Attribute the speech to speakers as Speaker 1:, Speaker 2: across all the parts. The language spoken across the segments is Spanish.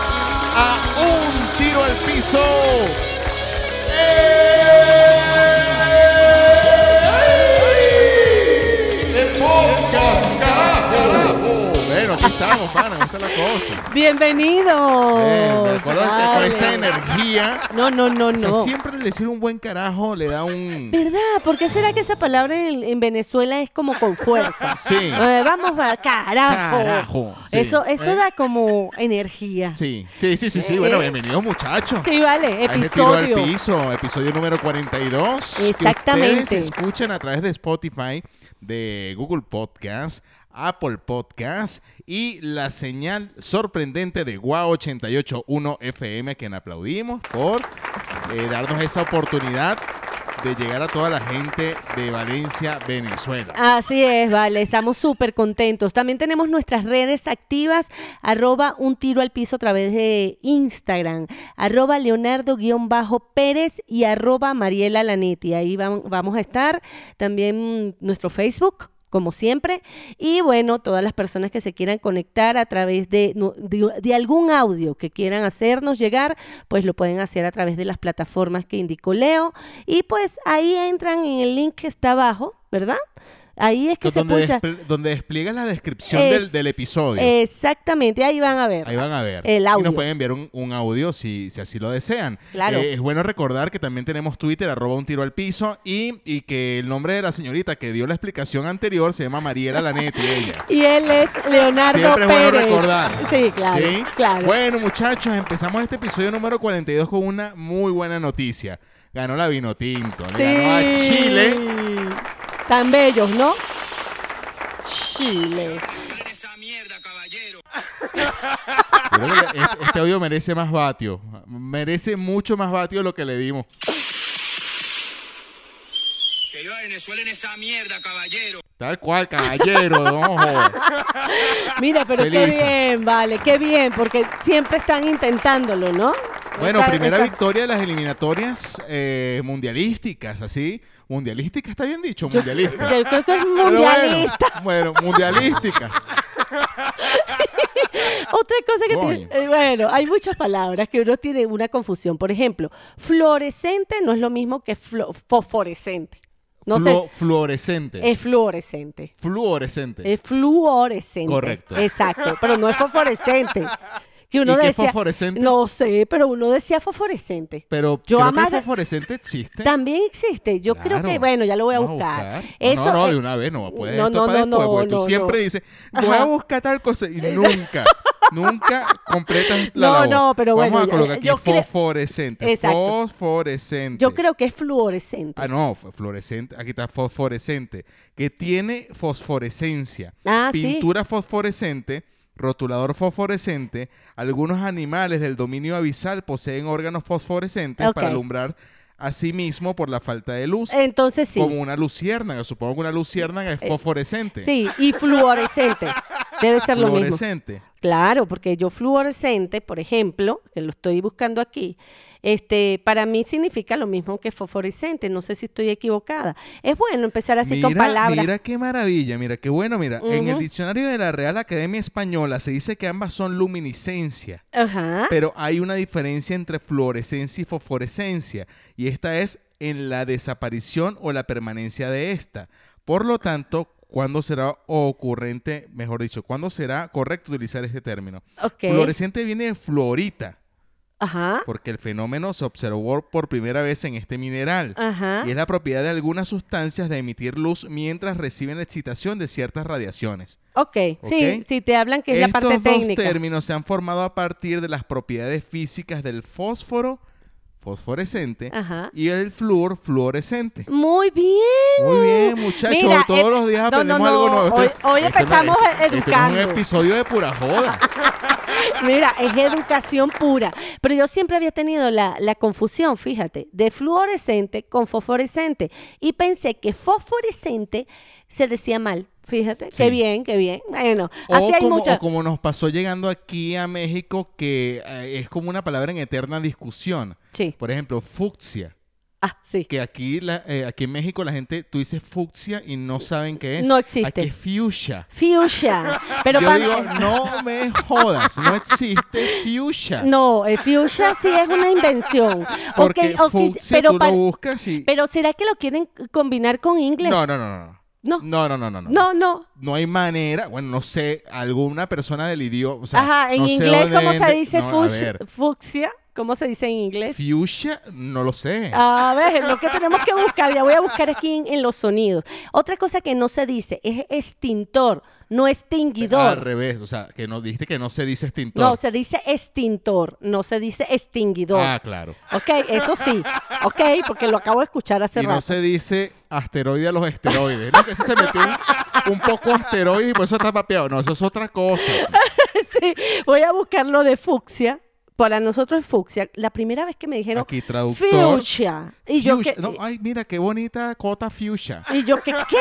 Speaker 1: a un tiro al piso. ¡Eh! ¡Ey! ¡El podcast, carajo! Bueno, aquí estamos, pana, ¿cómo está la cosa?
Speaker 2: Bienvenidos.
Speaker 1: Bien, ¿de acuerdo? Con
Speaker 2: Vale.
Speaker 1: esa energía.
Speaker 2: No, no, no,
Speaker 1: O sea,
Speaker 2: no.
Speaker 1: siempre el decir un buen carajo le da un...
Speaker 2: ¿Verdad? ¿Por qué será que esa palabra en, en Venezuela es como con fuerza?
Speaker 1: Sí.
Speaker 2: Eh, vamos para carajo.
Speaker 1: Carajo, sí.
Speaker 2: Eso, eso
Speaker 1: Eh.
Speaker 2: da como energía. Sí,
Speaker 1: Sí, sí, sí, sí, sí. Bueno,
Speaker 2: Eh,
Speaker 1: bienvenidos muchachos.
Speaker 2: vale,
Speaker 1: Ahí me tiró
Speaker 2: episodio.
Speaker 1: al piso, episodio número 42. que
Speaker 2: Exactamente.
Speaker 1: ustedes escuchan a través de Spotify, de Google Podcast, Apple Podcast y la señal sorprendente de Guau 881 FM, a quien aplaudimos por eh, darnos esa oportunidad de llegar a toda la gente de Valencia,
Speaker 2: Ah,
Speaker 1: Venezuela.
Speaker 2: Así es, vale, estamos súper contentos. También tenemos nuestras redes activas, arroba un tiro al piso a través de Instagram, arroba leonardo-pérez y arroba mariela lanetti. Ahí vam- vamos a estar. También mm, nuestro Facebook, como siempre. Y bueno, todas las personas que se quieran conectar a través de, no- de- de algún audio que quieran hacernos llegar, pues lo pueden hacer a través de las plataformas que indicó Leo. Y pues ahí entran en el link que está abajo, ¿verdad? Ahí es que se
Speaker 1: donde,
Speaker 2: pulsa.
Speaker 1: despl- donde despliegas la descripción del,
Speaker 2: Es-
Speaker 1: del episodio.
Speaker 2: Exactamente, ahí van a ver.
Speaker 1: Ahí van a ver.
Speaker 2: El
Speaker 1: Y nos
Speaker 2: audio.
Speaker 1: pueden enviar un, un audio si, si así lo desean.
Speaker 2: Claro.
Speaker 1: Eh, es bueno recordar que también tenemos Twitter, arroba un tiro al piso, y, y que el nombre de la señorita que dio la explicación anterior se llama Mariela Lanetti, ella.
Speaker 2: Y él es Leonardo
Speaker 1: Siempre es bueno
Speaker 2: Pérez.
Speaker 1: recordar.
Speaker 2: Sí, claro.
Speaker 1: ¿Sí?
Speaker 2: claro.
Speaker 1: Bueno, muchachos, empezamos este episodio número 42 con una muy buena noticia. Ganó la Vinotinto, le ganó a
Speaker 2: Sí.
Speaker 1: Chile.
Speaker 2: Tan bellos, ¿no? Chile.
Speaker 3: esa mierda, caballero.
Speaker 1: Yo creo que este, este audio merece más vatio. Merece mucho más vatio de lo que le dimos.
Speaker 3: Que yo a Venezuela en esa mierda, caballero.
Speaker 1: Tal cual, caballero, no jodas.
Speaker 2: Mira, pero
Speaker 1: Feliz.
Speaker 2: qué bien, vale, qué bien, porque siempre están intentándolo, ¿no?
Speaker 1: Bueno,
Speaker 2: Está-
Speaker 1: primera
Speaker 2: está-
Speaker 1: victoria de las eliminatorias eh, mundialísticas, así. Mundialística está bien dicho, mundialista.
Speaker 2: Yo creo que es
Speaker 1: Pero
Speaker 2: mundialista.
Speaker 1: Bueno, bueno, mundialística.
Speaker 2: Otra cosa que tiene-
Speaker 1: Coño.
Speaker 2: eh, bueno, hay muchas palabras que uno tiene una confusión. Por ejemplo, fluorescente no es lo mismo que flo- fosforescente. No
Speaker 1: Flu-
Speaker 2: sé,
Speaker 1: Fluorescente.
Speaker 2: es fluorescente.
Speaker 1: Fluorescente.
Speaker 2: Es fluorescente.
Speaker 1: Correcto.
Speaker 2: Exacto, pero no es fosforescente. Que uno
Speaker 1: ¿Y qué es
Speaker 2: decía,
Speaker 1: fosforescente?
Speaker 2: No sé, pero uno decía fosforescente.
Speaker 1: Pero creo
Speaker 2: yo
Speaker 1: que
Speaker 2: amaba-
Speaker 1: el fluorescente existe.
Speaker 2: También existe. Yo
Speaker 1: Claro.
Speaker 2: creo que, bueno, ya lo voy a
Speaker 1: Vamos
Speaker 2: buscar.
Speaker 1: No, no, no,
Speaker 2: eh,
Speaker 1: de una vez no puedes
Speaker 2: no,
Speaker 1: esto
Speaker 2: no,
Speaker 1: para después,
Speaker 2: no, no,
Speaker 1: porque tú
Speaker 2: no,
Speaker 1: siempre
Speaker 2: no.
Speaker 1: dices, voy a buscar tal cosa y nunca, nunca completas la
Speaker 2: No,
Speaker 1: labor.
Speaker 2: no, pero
Speaker 1: Vamos
Speaker 2: bueno,
Speaker 1: a colocar aquí
Speaker 2: yo creo-
Speaker 1: fosforescente,
Speaker 2: Exacto.
Speaker 1: fosforescente.
Speaker 2: Yo creo que es fluorescente.
Speaker 1: Ah, no, f- fluorescente. Aquí está fosforescente. Que tiene fosforescencia.
Speaker 2: Ah, sí.
Speaker 1: Pintura fosforescente, rotulador fosforescente. Algunos animales del dominio avisal poseen órganos fosforescentes para
Speaker 2: Ok.
Speaker 1: alumbrar a sí mismo por la falta de luz.
Speaker 2: Entonces sí. Eh,
Speaker 1: Como una luciérnaga. Supongo que una luciérnaga es fosforescente.
Speaker 2: Sí, y fluorescente. Debe ser lo mismo.
Speaker 1: Fluorescente.
Speaker 2: Claro, porque yo fluorescente, por ejemplo, que lo estoy buscando aquí, este, para mí significa lo mismo que fosforescente. No sé si estoy equivocada. Es bueno empezar así con palabras.
Speaker 1: mira qué maravilla, mira qué bueno, mira. En el
Speaker 2: Ujú.
Speaker 1: diccionario de la Real Academia Española se dice que ambas son luminiscencia.
Speaker 2: Ajá.
Speaker 1: Pero hay una diferencia entre fluorescencia y fosforescencia, y esta es en la desaparición o la permanencia de esta. Por lo tanto, ¿cuándo será ocurrente, mejor dicho, cuándo será correcto utilizar este término?
Speaker 2: Ok.
Speaker 1: Fluorescente viene de fluorita,
Speaker 2: Ajá.
Speaker 1: porque el fenómeno se observó por primera vez en este mineral.
Speaker 2: Ajá.
Speaker 1: Y es la propiedad de algunas sustancias de emitir luz mientras reciben la excitación de ciertas radiaciones.
Speaker 2: Ok.
Speaker 1: Ok.
Speaker 2: Sí, sí, te hablan que es la
Speaker 1: Estos
Speaker 2: parte
Speaker 1: dos
Speaker 2: técnica.
Speaker 1: términos se han formado a partir de las propiedades físicas del fósforo fosforescente
Speaker 2: Ajá.
Speaker 1: y el flúor fluorescente.
Speaker 2: Muy bien.
Speaker 1: Muy bien, muchachos.
Speaker 2: Mira,
Speaker 1: Hoy todos
Speaker 2: eh,
Speaker 1: los días
Speaker 2: no, no,
Speaker 1: aprendemos
Speaker 2: no,
Speaker 1: algo nuevo.
Speaker 2: Hoy,
Speaker 1: Este-
Speaker 2: hoy
Speaker 1: este no-
Speaker 2: empezamos
Speaker 1: este- este no
Speaker 2: educando.
Speaker 1: es un episodio de pura joda.
Speaker 2: Mira, es educación pura. Pero yo siempre había tenido la, la confusión, fíjate, de fluorescente con fosforescente. Y pensé que fosforescente se decía mal. Fíjate,
Speaker 1: Sí.
Speaker 2: qué bien, qué bien. Bueno,
Speaker 1: O
Speaker 2: así hay
Speaker 1: como, o
Speaker 2: muchas.
Speaker 1: como nos pasó llegando aquí a México, que eh, es como una palabra en eterna discusión.
Speaker 2: Sí.
Speaker 1: Por ejemplo, fucsia.
Speaker 2: Ah, sí.
Speaker 1: que aquí, la, eh, aquí en México la gente, tú dices fucsia y no saben qué es.
Speaker 2: No existe.
Speaker 1: Aquí es fuchsia.
Speaker 2: Fuchsia. Pero
Speaker 1: Yo
Speaker 2: pan-
Speaker 1: digo, no me jodas, no existe fuchsia.
Speaker 2: No, el fuchsia sí es una invención.
Speaker 1: porque
Speaker 2: Ok, ok,
Speaker 1: fucsia
Speaker 2: pero,
Speaker 1: tú
Speaker 2: pan-
Speaker 1: lo buscas y...
Speaker 2: pero ¿será que lo quieren combinar con inglés?
Speaker 1: No, no, no,
Speaker 2: No.
Speaker 1: no. No, no, no, no. no.
Speaker 2: No, no.
Speaker 1: No hay manera, bueno, no sé, alguna persona del idioma. o sea,
Speaker 2: Ajá, en
Speaker 1: no sé
Speaker 2: inglés,
Speaker 1: dónde
Speaker 2: ¿cómo se
Speaker 1: vende-
Speaker 2: dice
Speaker 1: no, a
Speaker 2: fuchsia?
Speaker 1: ver,
Speaker 2: fucsia? ¿Cómo se dice en inglés?
Speaker 1: Fuchsia, no lo sé.
Speaker 2: A ver, lo que tenemos que buscar, ya voy a buscar aquí en, en los sonidos. Otra cosa que no se dice es extintor, no
Speaker 1: Al
Speaker 2: extinguidor.
Speaker 1: revés, o sea, que nos dijiste que no se dice extintor.
Speaker 2: No, se dice extintor, no se dice extinguidor.
Speaker 1: Ah, claro.
Speaker 2: Ok, eso sí. Ok, porque lo acabo de escuchar hace
Speaker 1: Y no
Speaker 2: rato.
Speaker 1: se dice asteroide a los esteroides. No, que ese se metió un, un poco asteroide y por eso está papeado. No, eso es otra cosa.
Speaker 2: Sí, voy a buscar lo de fucsia. Para nosotros es fucsia. La primera vez que me dijeron
Speaker 1: Aquí traductor.
Speaker 2: fuchsia. Y yo
Speaker 1: Fuchsia.
Speaker 2: que- eh,
Speaker 1: No, ay, mira, qué bonita cota fuchsia.
Speaker 2: y yo que, ¿qué?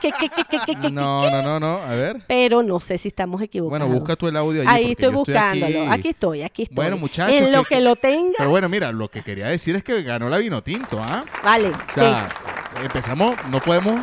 Speaker 2: ¿Qué, qué, qué, qué, qué, qué, qué?
Speaker 1: No, no, no, no. A ver.
Speaker 2: Pero no sé si estamos equivocados.
Speaker 1: Bueno, busca tú el audio allí,
Speaker 2: Ahí
Speaker 1: porque
Speaker 2: estoy
Speaker 1: yo
Speaker 2: buscándolo. Aquí. estoy, aquí estoy.
Speaker 1: Bueno, muchachos.
Speaker 2: En lo que, lo tenga,
Speaker 1: Pero bueno, mira, lo que quería decir es que ganó la vino tinto, ¿ah?
Speaker 2: vale.
Speaker 1: O sea, empezamos, no podemos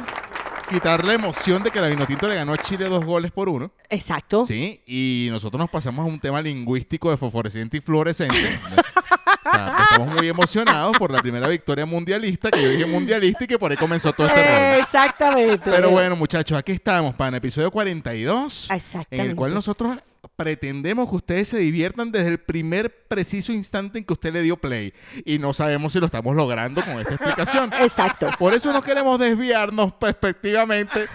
Speaker 1: quitar la emoción de que la Vinotinto le ganó a Chile dos goles por uno.
Speaker 2: sí, exacto.
Speaker 1: Sí, y nosotros nos pasamos a un tema lingüístico de fosforescente y fluorescente. O sea, estamos muy emocionados por la primera victoria mundialista, que yo dije mundialista y que por ahí comenzó todo
Speaker 2: Eh,
Speaker 1: este rollo.
Speaker 2: Exactamente.
Speaker 1: Pero bueno, muchachos, aquí estamos para el episodio 42, en
Speaker 2: Exactamente.
Speaker 1: el cual nosotros pretendemos que ustedes se diviertan desde el primer preciso instante en que usted le dio play. Y no sabemos si lo estamos logrando con esta explicación.
Speaker 2: Exacto.
Speaker 1: Por eso no queremos desviarnos perspectivamente.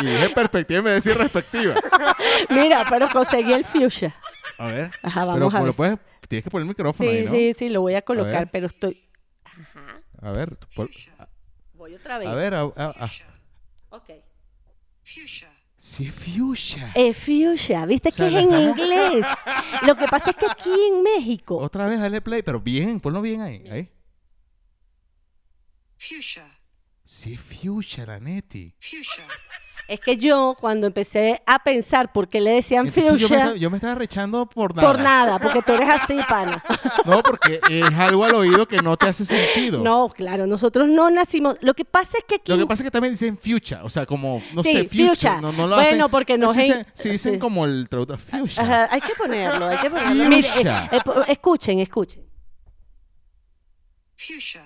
Speaker 1: Y dije perspectiva en vez de decir respectiva.
Speaker 2: Mira, pero conseguí el fuchsia.
Speaker 1: A ver.
Speaker 2: Ajá, vamos
Speaker 1: pero
Speaker 2: a
Speaker 1: como
Speaker 2: ver.
Speaker 1: lo puedes, tienes que poner el micrófono ahí,
Speaker 2: Sí,
Speaker 1: ¿no?
Speaker 2: sí, sí, lo voy a colocar,
Speaker 1: ver.
Speaker 2: pero estoy...
Speaker 1: A ver, tú pon-
Speaker 2: Voy otra vez.
Speaker 1: a ver, a, a- a-
Speaker 2: Ok.
Speaker 1: sí es fuchsia.
Speaker 2: Eh, fuchsia, ¿viste
Speaker 1: O sea,
Speaker 2: que
Speaker 1: la
Speaker 2: es en
Speaker 1: estamos- Oh.
Speaker 2: inglés? Lo que pasa es que aquí en México...
Speaker 1: Otra vez dale play, pero bien, ponlo bien ahí, ahí.
Speaker 4: Fuchsia,
Speaker 1: Sí es fuchsia, la neti.
Speaker 4: fuchsia,
Speaker 2: Es que yo, cuando empecé a pensar por qué le decían
Speaker 1: Entonces yo me,
Speaker 2: fuchsia...
Speaker 1: estaba, yo me estaba rechando por nada.
Speaker 2: Por nada, porque tú eres así, pana.
Speaker 1: No, porque es algo al oído que no te hace sentido.
Speaker 2: No, claro, nosotros no nacimos. Lo que pasa es que aquí.
Speaker 1: Lo que pasa es que también dicen future, o sea, como, no
Speaker 2: Sí,
Speaker 1: sé, future.
Speaker 2: future.
Speaker 1: No, no lo
Speaker 2: Bueno,
Speaker 1: hacen.
Speaker 2: porque no
Speaker 1: Sí,
Speaker 2: gen-
Speaker 1: dicen- sí dicen
Speaker 2: sí.
Speaker 1: como el traductor, future.
Speaker 2: Ajá, hay que ponerlo, hay que ponerlo. Mire, eh,
Speaker 1: Fuchsia.
Speaker 2: eh, po- escuchen, escuchen.
Speaker 4: fuchsia,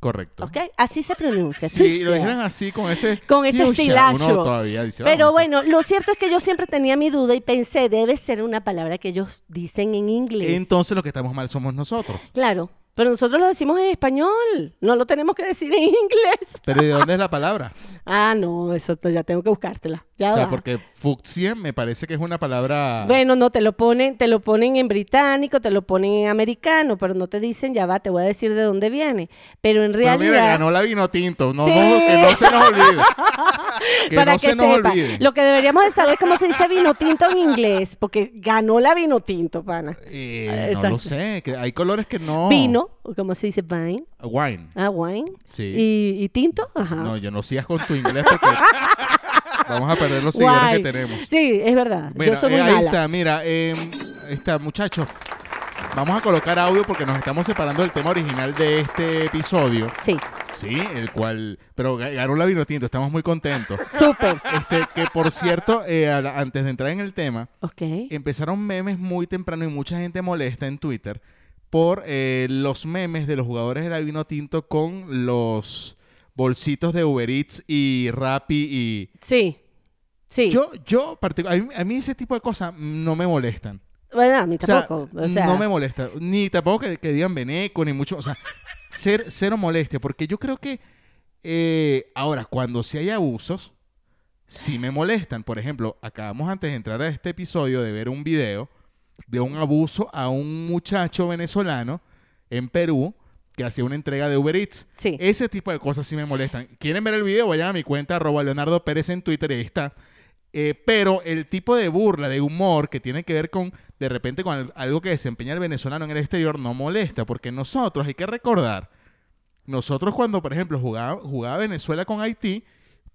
Speaker 1: Correcto.
Speaker 2: ¿Ok? Así se pronuncia.
Speaker 1: Sí, lo
Speaker 2: fuchsia.
Speaker 1: dijeron así, con ese
Speaker 2: Con ese
Speaker 1: fuchsia,
Speaker 2: estilacho.
Speaker 1: Uno todavía dice, "Vamos,
Speaker 2: Pero bueno, lo cierto es que yo siempre tenía mi duda y pensé, debe ser una palabra que ellos dicen en inglés.
Speaker 1: Entonces los que estamos mal somos nosotros.
Speaker 2: claro. Pero nosotros lo decimos en español, no lo tenemos que decir en inglés.
Speaker 1: Pero ¿de dónde es la palabra?
Speaker 2: Ah, no, eso te- ya tengo que buscártela. Ya
Speaker 1: o sea,
Speaker 2: va.
Speaker 1: porque fucsia me parece que es una palabra...
Speaker 2: Bueno, no, te lo ponen, te lo ponen en británico, te lo ponen en americano, pero no te dicen, ya va, te voy a decir de dónde viene. Pero en
Speaker 1: Pero mira,
Speaker 2: realidad,
Speaker 1: ganó la vino tinto. No,
Speaker 2: Sí.
Speaker 1: no, que no se nos olvide. Que
Speaker 2: para
Speaker 1: no
Speaker 2: que
Speaker 1: se nos
Speaker 2: sepa,
Speaker 1: olvide.
Speaker 2: lo que deberíamos de saber es cómo se dice vino tinto en inglés, porque ganó la vino tinto, pana.
Speaker 1: Eh, no
Speaker 2: Exacto.
Speaker 1: lo sé, que hay colores que no...
Speaker 2: Vino, o ¿cómo se dice vine?
Speaker 1: Wine.
Speaker 2: Ah, wine.
Speaker 1: Sí.
Speaker 2: ¿Y, y tinto? Ajá.
Speaker 1: No, yo no sigas con tu inglés porque vamos a perder los seguidores que
Speaker 2: Wine.
Speaker 1: tenemos.
Speaker 2: Sí, es verdad.
Speaker 1: Bueno,
Speaker 2: Yo soy
Speaker 1: eh,
Speaker 2: muy
Speaker 1: ahí
Speaker 2: mala.
Speaker 1: está, mira, eh, ahí está, muchachos. Vamos a colocar audio porque nos estamos separando del tema original de este episodio,
Speaker 2: Sí,
Speaker 1: ¿sí? El cual, pero ga- ganó la vino tinto, estamos muy contentos.
Speaker 2: súper.
Speaker 1: Este, que por cierto, eh, a la- antes de entrar en el tema,
Speaker 2: Ok.
Speaker 1: Eh, empezaron memes muy temprano y mucha gente molesta en Twitter por eh, los memes de los jugadores de la vino tinto con los bolsitos de Uber Eats y Rappi y...
Speaker 2: Sí. Sí.
Speaker 1: Yo, yo, particu- a mí, a mí ese tipo de cosas no me molestan.
Speaker 2: Bueno, a mí
Speaker 1: O sea,
Speaker 2: tampoco. O sea,
Speaker 1: no me molesta. Ni tampoco que, que digan veneco, ni mucho. O sea, ser, cero molestia. Porque yo creo que eh, ahora, cuando sí hay abusos, sí me molestan. Por ejemplo, acabamos antes de entrar a este episodio de ver un video de un abuso a un muchacho venezolano en Perú que hacía una entrega de Uber Eats.
Speaker 2: Sí.
Speaker 1: Ese tipo de cosas sí me molestan. ¿Quieren ver el video? Vayan a mi cuenta, arroba Leonardo Pérez en Twitter, ahí está. Eh, pero el tipo de burla, de humor que tiene que ver con, de repente, con al- algo que desempeña el venezolano en el exterior no molesta, porque nosotros, hay que recordar, nosotros cuando, por ejemplo, jugaba, jugaba Venezuela con Haití,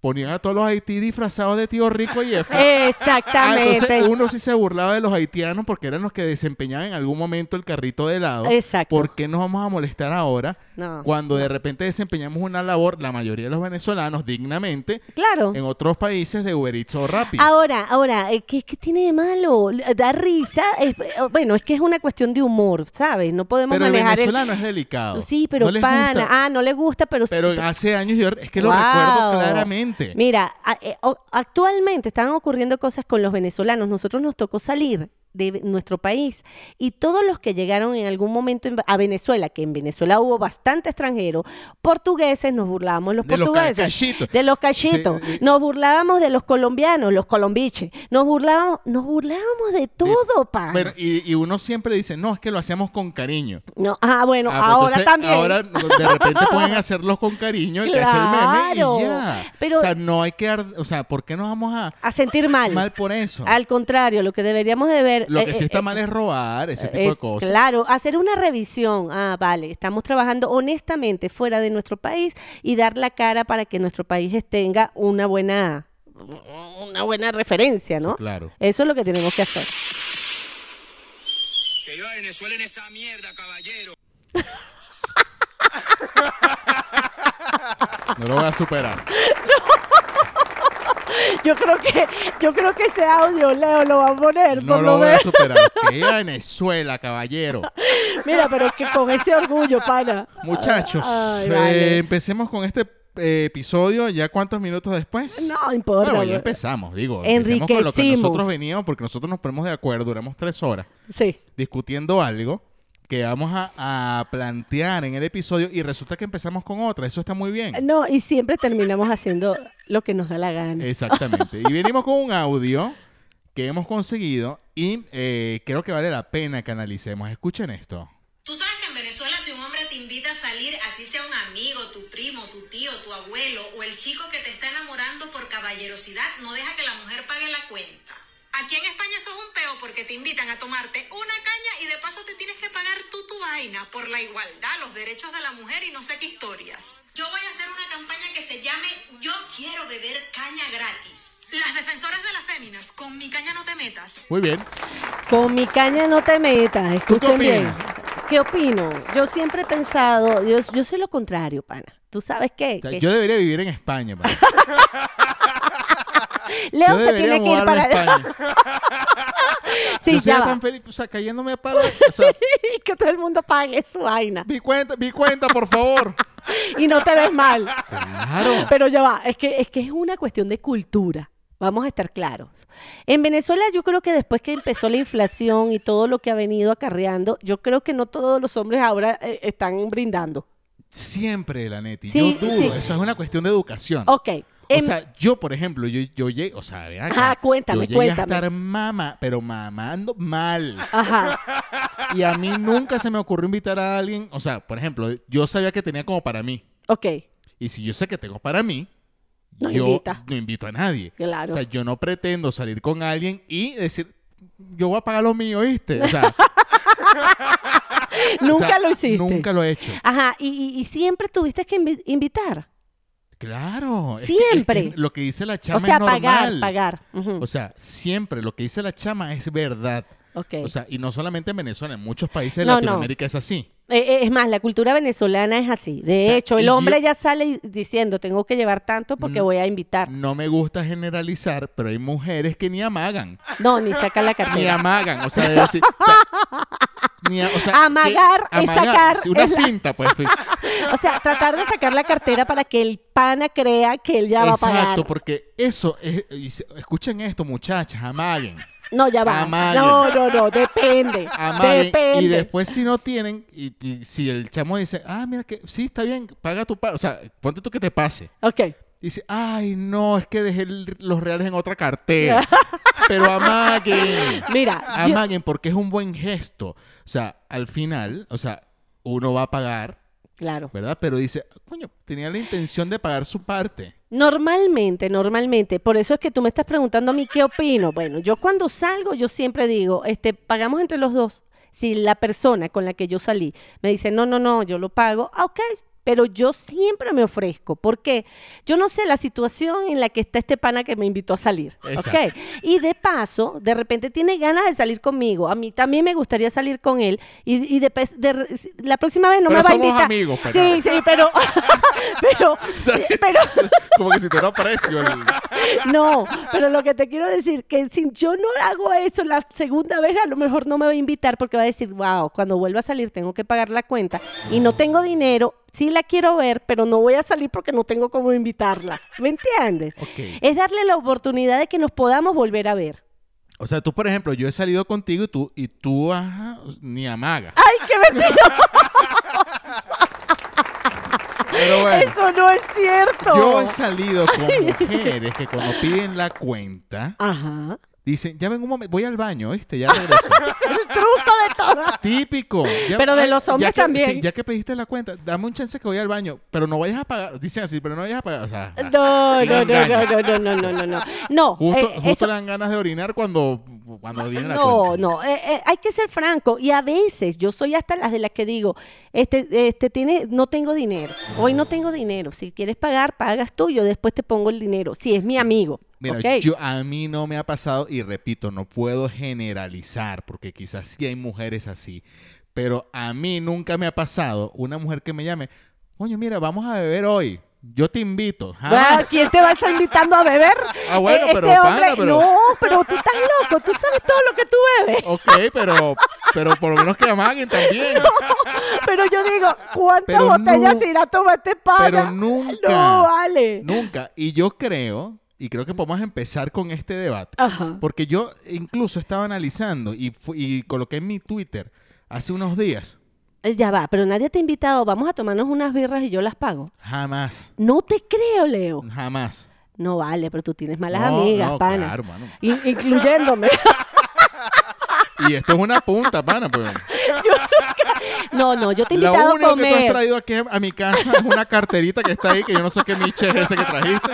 Speaker 1: ponían a todos los haití disfrazados de tío rico y F. Ah,
Speaker 2: Exactamente.
Speaker 1: entonces uno sí se burlaba de los haitianos porque eran los que desempeñaban en algún momento el carrito de helado.
Speaker 2: Exacto.
Speaker 1: ¿Por qué nos vamos a molestar ahora
Speaker 2: No.
Speaker 1: cuando de repente desempeñamos una labor, la mayoría de los venezolanos, dignamente,
Speaker 2: Claro.
Speaker 1: en otros países de Uber Eats o Rappi?
Speaker 2: Ahora, ahora, eh, ¿qué, qué tiene de malo? Da risa. es- eh, bueno, es que es una cuestión de humor, ¿sabes? No podemos
Speaker 1: pero el
Speaker 2: manejar el-
Speaker 1: venezolano es delicado.
Speaker 2: Sí, pero
Speaker 1: No les
Speaker 2: pana.
Speaker 1: gusta.
Speaker 2: Ah, no le gusta, pero...
Speaker 1: Pero en hace años yo es que lo
Speaker 2: Wow.
Speaker 1: recuerdo claramente.
Speaker 2: Mira, a- eh, o- actualmente están ocurriendo cosas con los venezolanos. Nosotros nos tocó salir de ve- nuestro país y todos los que llegaron en algún momento en- a Venezuela, que en Venezuela hubo bastante extranjero, portugueses, nos burlábamos los
Speaker 1: De los
Speaker 2: portugueses,
Speaker 1: cachitos.
Speaker 2: de los cachitos,
Speaker 1: Sí, eh.
Speaker 2: nos burlábamos de los colombianos, los colombiches, nos burlábamos, nos burlábamos de todo, pa.
Speaker 1: Pero- y, y uno siempre dice, no, es que lo hacíamos con cariño.
Speaker 2: No, ah, bueno,
Speaker 1: Ah, pero
Speaker 2: ahora
Speaker 1: entonces,
Speaker 2: también.
Speaker 1: Ahora de repente pueden hacerlos con cariño y que hace el
Speaker 2: Claro,
Speaker 1: meme y ya.
Speaker 2: pero-
Speaker 1: o sea, no hay que. ar- O sea, ¿por qué nos vamos a
Speaker 2: a sentir mal.
Speaker 1: mal por eso?
Speaker 2: Al contrario, lo que deberíamos de ver
Speaker 1: Lo
Speaker 2: eh,
Speaker 1: que
Speaker 2: eh,
Speaker 1: sí está
Speaker 2: eh,
Speaker 1: mal es robar, ese tipo de
Speaker 2: Es-
Speaker 1: cosas.
Speaker 2: Claro, hacer una revisión. Ah, vale, estamos trabajando honestamente fuera de nuestro país y dar la cara para que nuestro país tenga una buena una buena referencia, ¿no?
Speaker 1: Claro.
Speaker 2: Eso es lo que tenemos que hacer.
Speaker 3: Que viva Venezuela en esa mierda, caballero.
Speaker 1: No lo voy a superar.
Speaker 2: Yo creo que yo creo que ese audio Leo lo va a poner
Speaker 1: No
Speaker 2: por
Speaker 1: lo
Speaker 2: lo
Speaker 1: voy a
Speaker 2: menos.
Speaker 1: superar. Que viva Venezuela, caballero.
Speaker 2: Mira, pero que con ese orgullo, pana.
Speaker 1: Muchachos,
Speaker 2: Ay,
Speaker 1: eh,
Speaker 2: vale.
Speaker 1: empecemos con este eh, episodio. ¿Ya cuántos minutos después?
Speaker 2: No importa.
Speaker 1: Ah, Bueno, ya empezamos, digo. Empecemos
Speaker 2: Enriquecimos.
Speaker 1: con lo que nosotros veníamos, porque nosotros nos ponemos de acuerdo, duramos tres horas
Speaker 2: Sí.
Speaker 1: discutiendo algo que vamos a, a plantear en el episodio y resulta que empezamos con otra. Eso está muy bien.
Speaker 2: No, y siempre terminamos haciendo lo que nos da la gana.
Speaker 1: Exactamente. Y venimos con un audio que hemos conseguido y eh, creo que vale la pena que analicemos. Escuchen esto.
Speaker 4: Tú sabes que en Venezuela si un hombre te invita a salir, así sea un amigo, tu primo, tu tío, tu abuelo o el chico que te está enamorando por caballerosidad, no deja que la mujer pague la cuenta. Aquí en España eso es un peo porque te invitan a tomarte una caña y de paso te tienes que pagar tú tu vaina por la igualdad, los derechos de la mujer y no sé qué historias. Yo voy a hacer una campaña que se llame Yo quiero beber caña gratis. Las defensoras de las féminas, con mi caña no te metas.
Speaker 1: Muy bien.
Speaker 2: Con mi caña no te metas,
Speaker 1: ¿Tú qué
Speaker 2: escuchen bien.
Speaker 1: opinas?
Speaker 2: ¿Qué opino? Yo siempre he pensado, yo, yo soy lo contrario, pana. ¿Tú sabes qué?
Speaker 1: O sea,
Speaker 2: Que
Speaker 1: yo debería vivir en España. man.
Speaker 2: Leo
Speaker 1: yo
Speaker 2: se
Speaker 1: debería
Speaker 2: tiene que ir
Speaker 1: mudarme
Speaker 2: para
Speaker 1: a España.
Speaker 2: Sí,
Speaker 1: yo
Speaker 2: ya
Speaker 1: sería
Speaker 2: va.
Speaker 1: tan feliz, o sea, cayéndome a palo. O sea,
Speaker 2: que todo el mundo pague su vaina
Speaker 1: mi cuenta, mi cuenta, por favor.
Speaker 2: y no te ves mal.
Speaker 1: Claro.
Speaker 2: Pero ya va, es que, es que es una cuestión de cultura. Vamos a estar claros. En Venezuela yo creo que después que empezó la inflación y todo lo que ha venido acarreando, yo creo que no todos los hombres ahora eh, están brindando.
Speaker 1: Siempre, la neti.
Speaker 2: Sí,
Speaker 1: yo dudo.
Speaker 2: sí.
Speaker 1: Eso es una cuestión de educación.
Speaker 2: Ok.
Speaker 1: O
Speaker 2: em-
Speaker 1: sea, yo, por ejemplo, yo, yo llegué, o sea, ven acá,
Speaker 2: Ajá, cuéntame,
Speaker 1: yo llegué
Speaker 2: cuéntame.
Speaker 1: a estar mamá, pero mamando mal.
Speaker 2: ajá.
Speaker 1: Y a mí nunca se me ocurrió invitar a alguien, o sea, por ejemplo, yo sabía que tenía como para mí.
Speaker 2: Ok,
Speaker 1: Y si yo sé que tengo para mí,
Speaker 2: No
Speaker 1: yo
Speaker 2: invita.
Speaker 1: no invito a nadie.
Speaker 2: Claro.
Speaker 1: O sea, yo no pretendo salir con alguien y decir, yo voy a pagar lo mío, ¿viste? O sea, o
Speaker 2: nunca
Speaker 1: sea,
Speaker 2: lo hiciste.
Speaker 1: Nunca lo he hecho.
Speaker 2: Ajá, y, y- y siempre tuviste que invi- invitar.
Speaker 1: Claro. es que- es que
Speaker 2: Siempre.
Speaker 1: lo que dice la chama
Speaker 2: o sea,
Speaker 1: es normal.
Speaker 2: pagar, pagar. Ujú,
Speaker 1: O sea, siempre lo que dice la chama es verdad.
Speaker 2: ok.
Speaker 1: O sea, y no solamente en Venezuela, en muchos países de
Speaker 2: No, no.
Speaker 1: Latinoamérica es así.
Speaker 2: Eh, eh, es más, la cultura venezolana es así. De
Speaker 1: sea,
Speaker 2: hecho,
Speaker 1: y
Speaker 2: el
Speaker 1: yo- Mm.
Speaker 2: hombre ya sale y- diciendo, tengo que llevar tanto porque voy a invitar.
Speaker 1: No me gusta generalizar, pero hay mujeres que ni amagan.
Speaker 2: No, ni saca la
Speaker 1: Ni
Speaker 2: cartera.
Speaker 1: amagan. O sea, de decir. o sea, ni a- o sea, que-
Speaker 2: Amagar es sacar-
Speaker 1: sí, Una
Speaker 2: es la-
Speaker 1: finta, pues. fin.
Speaker 2: O sea, tratar de sacar la cartera para que el pana crea que él ya va a pagar.
Speaker 1: Exacto, porque eso es. y se- Escuchen esto, muchachas, amaguen.
Speaker 2: No, ya va.
Speaker 1: Amaguen.
Speaker 2: No, no, no, depende.
Speaker 1: Amaguen.
Speaker 2: Depende.
Speaker 1: pues, Y después, si no tienen, y, y si el chamo dice, ah, mira que sí, está bien, paga tu par. O sea, ponte tú que te pase.
Speaker 2: Ok.
Speaker 1: Dice, ay, no, es que dejé el- los reales en otra cartera. Pero amaguen.
Speaker 2: Mira, yo-
Speaker 1: Amaguen porque es un buen gesto. O sea, al final, o sea, uno va a pagar,
Speaker 2: claro.
Speaker 1: ¿verdad? Pero dice, coño, tenía la intención de pagar su parte.
Speaker 2: Normalmente, normalmente, por eso es que tú me estás preguntando a mí qué opino. Bueno, yo cuando salgo, yo siempre digo, este, pagamos entre los dos. Si la persona con la que yo salí me dice, no, no, no, yo lo pago, ah, ok, pero yo siempre me ofrezco, porque yo no sé la situación en la que está este pana que me invitó a salir,
Speaker 1: Exacto.
Speaker 2: ¿ok? Y de paso, de repente tiene ganas de salir conmigo, a mí también me gustaría salir con él, y, y de, pe- de- la próxima vez no
Speaker 1: Pero
Speaker 2: me va a
Speaker 1: somos
Speaker 2: invitar.
Speaker 1: amigos, Fernanda.
Speaker 2: sí, sí, pero, pero,
Speaker 1: ¿Sabes?
Speaker 2: pero,
Speaker 1: Como que si te lo aprecio. el-
Speaker 2: no, pero lo que te quiero decir, que si yo no hago eso la segunda vez, a lo mejor no me va a invitar porque va a decir, wow, cuando vuelva a salir tengo que pagar la cuenta y no tengo dinero, sí la quiero ver, pero no voy a salir porque no tengo cómo invitarla. ¿Me entiendes?
Speaker 1: Ok.
Speaker 2: Es darle la oportunidad de que nos podamos volver a ver.
Speaker 1: O sea, tú, por ejemplo, yo he salido contigo y tú, y tú ajá, ni amagas.
Speaker 2: ¡Ay, qué mentira!
Speaker 1: Pero bueno,
Speaker 2: ¡Eso no es cierto!
Speaker 1: yo he salido con mujeres que cuando piden la cuenta,
Speaker 2: Ajá.
Speaker 1: dicen, ya ven un momento, voy al baño, ¿viste? Ya regreso.
Speaker 2: Es el truco de todas.
Speaker 1: Típico. Ya-
Speaker 2: Pero de
Speaker 1: ay,
Speaker 2: los hombres
Speaker 1: ya que-
Speaker 2: también.
Speaker 1: sí, ya que pediste la cuenta, dame un chance que voy al baño, pero no vayas a pagar. Dicen así, pero no vayas a pagar. O sea, Qué
Speaker 2: No, no, no,
Speaker 1: engaño.
Speaker 2: no, no, no, no, no, no. No,
Speaker 1: justo,
Speaker 2: eh,
Speaker 1: justo
Speaker 2: eso- Ah,
Speaker 1: le dan ganas de orinar cuando, cuando viene la
Speaker 2: No,
Speaker 1: cuenta.
Speaker 2: no, eh, eh, hay que ser franco y a veces yo soy hasta las de las que digo, este, este tiene, no tengo dinero, hoy no tengo dinero, si quieres pagar, pagas tú, yo después te pongo el dinero, si es mi amigo,
Speaker 1: Mira,
Speaker 2: ¿ok?
Speaker 1: yo, a mí no me ha pasado y repito, no puedo generalizar porque quizás sí hay mujeres así, pero a mí nunca me ha pasado una mujer que me llame, coño, mira, vamos a beber hoy, yo te invito.
Speaker 2: Ah,
Speaker 1: Jamás.
Speaker 2: ¿Quién te va a estar invitando a beber?
Speaker 1: Ah, bueno,
Speaker 2: Eh,
Speaker 1: pero
Speaker 2: este
Speaker 1: pana,
Speaker 2: hombre,
Speaker 1: pero-
Speaker 2: no, pero tú estás loco, tú sabes todo lo que tú bebes,
Speaker 1: Ok, pero, pero por lo menos que amaguen también.
Speaker 2: pero yo digo, ¿cuántas
Speaker 1: Oh. Pero
Speaker 2: botellas
Speaker 1: nu-
Speaker 2: irá a tomar este pana?
Speaker 1: pero nunca.
Speaker 2: No vale.
Speaker 1: Nunca. Y yo creo, y creo
Speaker 2: Mm.
Speaker 1: que podemos empezar con este debate,
Speaker 2: Ajá.
Speaker 1: porque yo incluso estaba analizando y, fu- y coloqué en mi Twitter hace unos días,
Speaker 2: Eh, Ya va, pero nadie te ha invitado, vamos a tomarnos unas birras y yo las pago.
Speaker 1: jamás,
Speaker 2: No te creo, Leo.
Speaker 1: jamás.
Speaker 2: No vale, pero tú tienes malas
Speaker 1: No,
Speaker 2: amigas,
Speaker 1: no,
Speaker 2: pana.
Speaker 1: claro, mano.
Speaker 2: In- incluyéndome.
Speaker 1: Y esto es una punta, pana. Pues.
Speaker 2: no, no, yo te he
Speaker 1: Lo
Speaker 2: invitado a
Speaker 1: único que tú has
Speaker 2: comer.
Speaker 1: traído aquí a mi casa es una carterita que está ahí, que yo no sé qué miche es ese que trajiste.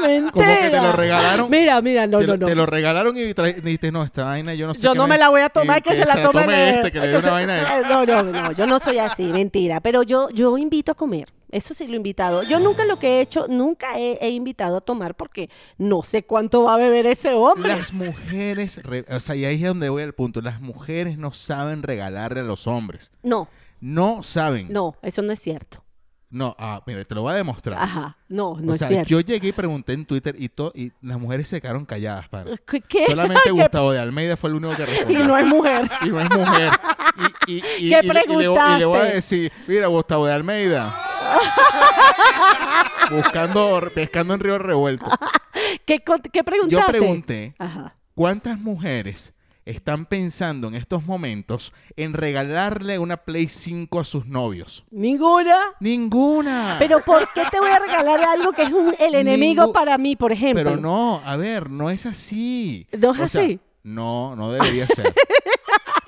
Speaker 2: Mentira.
Speaker 1: Como que te lo regalaron.
Speaker 2: Mira, mira, no,
Speaker 1: te,
Speaker 2: no,
Speaker 1: lo-
Speaker 2: no.
Speaker 1: te lo regalaron y tra- y dijiste, no, esta vaina yo no sé
Speaker 2: yo
Speaker 1: qué
Speaker 2: no me
Speaker 1: vaina-
Speaker 2: la voy a tomar,
Speaker 1: y
Speaker 2: que, se la tome, el-
Speaker 1: este, que le dé
Speaker 2: se-
Speaker 1: una vaina a él.
Speaker 2: Eh, No, no, no, yo no soy así, mentira. Pero yo, yo invito a comer. Eso sí lo he invitado. Yo nunca lo que he hecho, nunca he, he invitado a tomar porque no sé cuánto va a beber ese hombre.
Speaker 1: Las mujeres, re- o sea, y ahí es donde voy al punto. Las mujeres no saben regalarle a los hombres.
Speaker 2: No,
Speaker 1: No saben.
Speaker 2: no, eso no es cierto.
Speaker 1: No, ah, mira, te lo voy a demostrar.
Speaker 2: Ajá, no, no
Speaker 1: o
Speaker 2: es
Speaker 1: sea,
Speaker 2: cierto.
Speaker 1: yo llegué y pregunté en Twitter y, to- y las mujeres se quedaron calladas, pana.
Speaker 2: ¿Qué- ¿Qué?
Speaker 1: Solamente
Speaker 2: ¿Qué-
Speaker 1: Gustavo de Almeida fue el único que
Speaker 2: Y
Speaker 1: respondió.
Speaker 2: no es mujer.
Speaker 1: Y no es mujer. Y, y, y, y-
Speaker 2: ¿Qué
Speaker 1: y le- y le, y le voy a
Speaker 2: preguntaste?
Speaker 1: decir, mira, Gustavo de Almeida. Buscando, pescando en río revuelto.
Speaker 2: Ah, ¿Qué, con- qué
Speaker 1: Yo
Speaker 2: preguntaste?
Speaker 1: pregunté
Speaker 2: Ajá.
Speaker 1: ¿Cuántas mujeres están pensando en estos momentos en regalarle una Play 5 a sus novios?
Speaker 2: Ninguna.
Speaker 1: Ninguna.
Speaker 2: Pero ¿por qué te voy a regalar algo que es un- el enemigo
Speaker 1: Ningú-
Speaker 2: para mí, por ejemplo?
Speaker 1: Pero no, a ver, no es así.
Speaker 2: ¿No es
Speaker 1: O sea,
Speaker 2: así?
Speaker 1: no, no debería ser.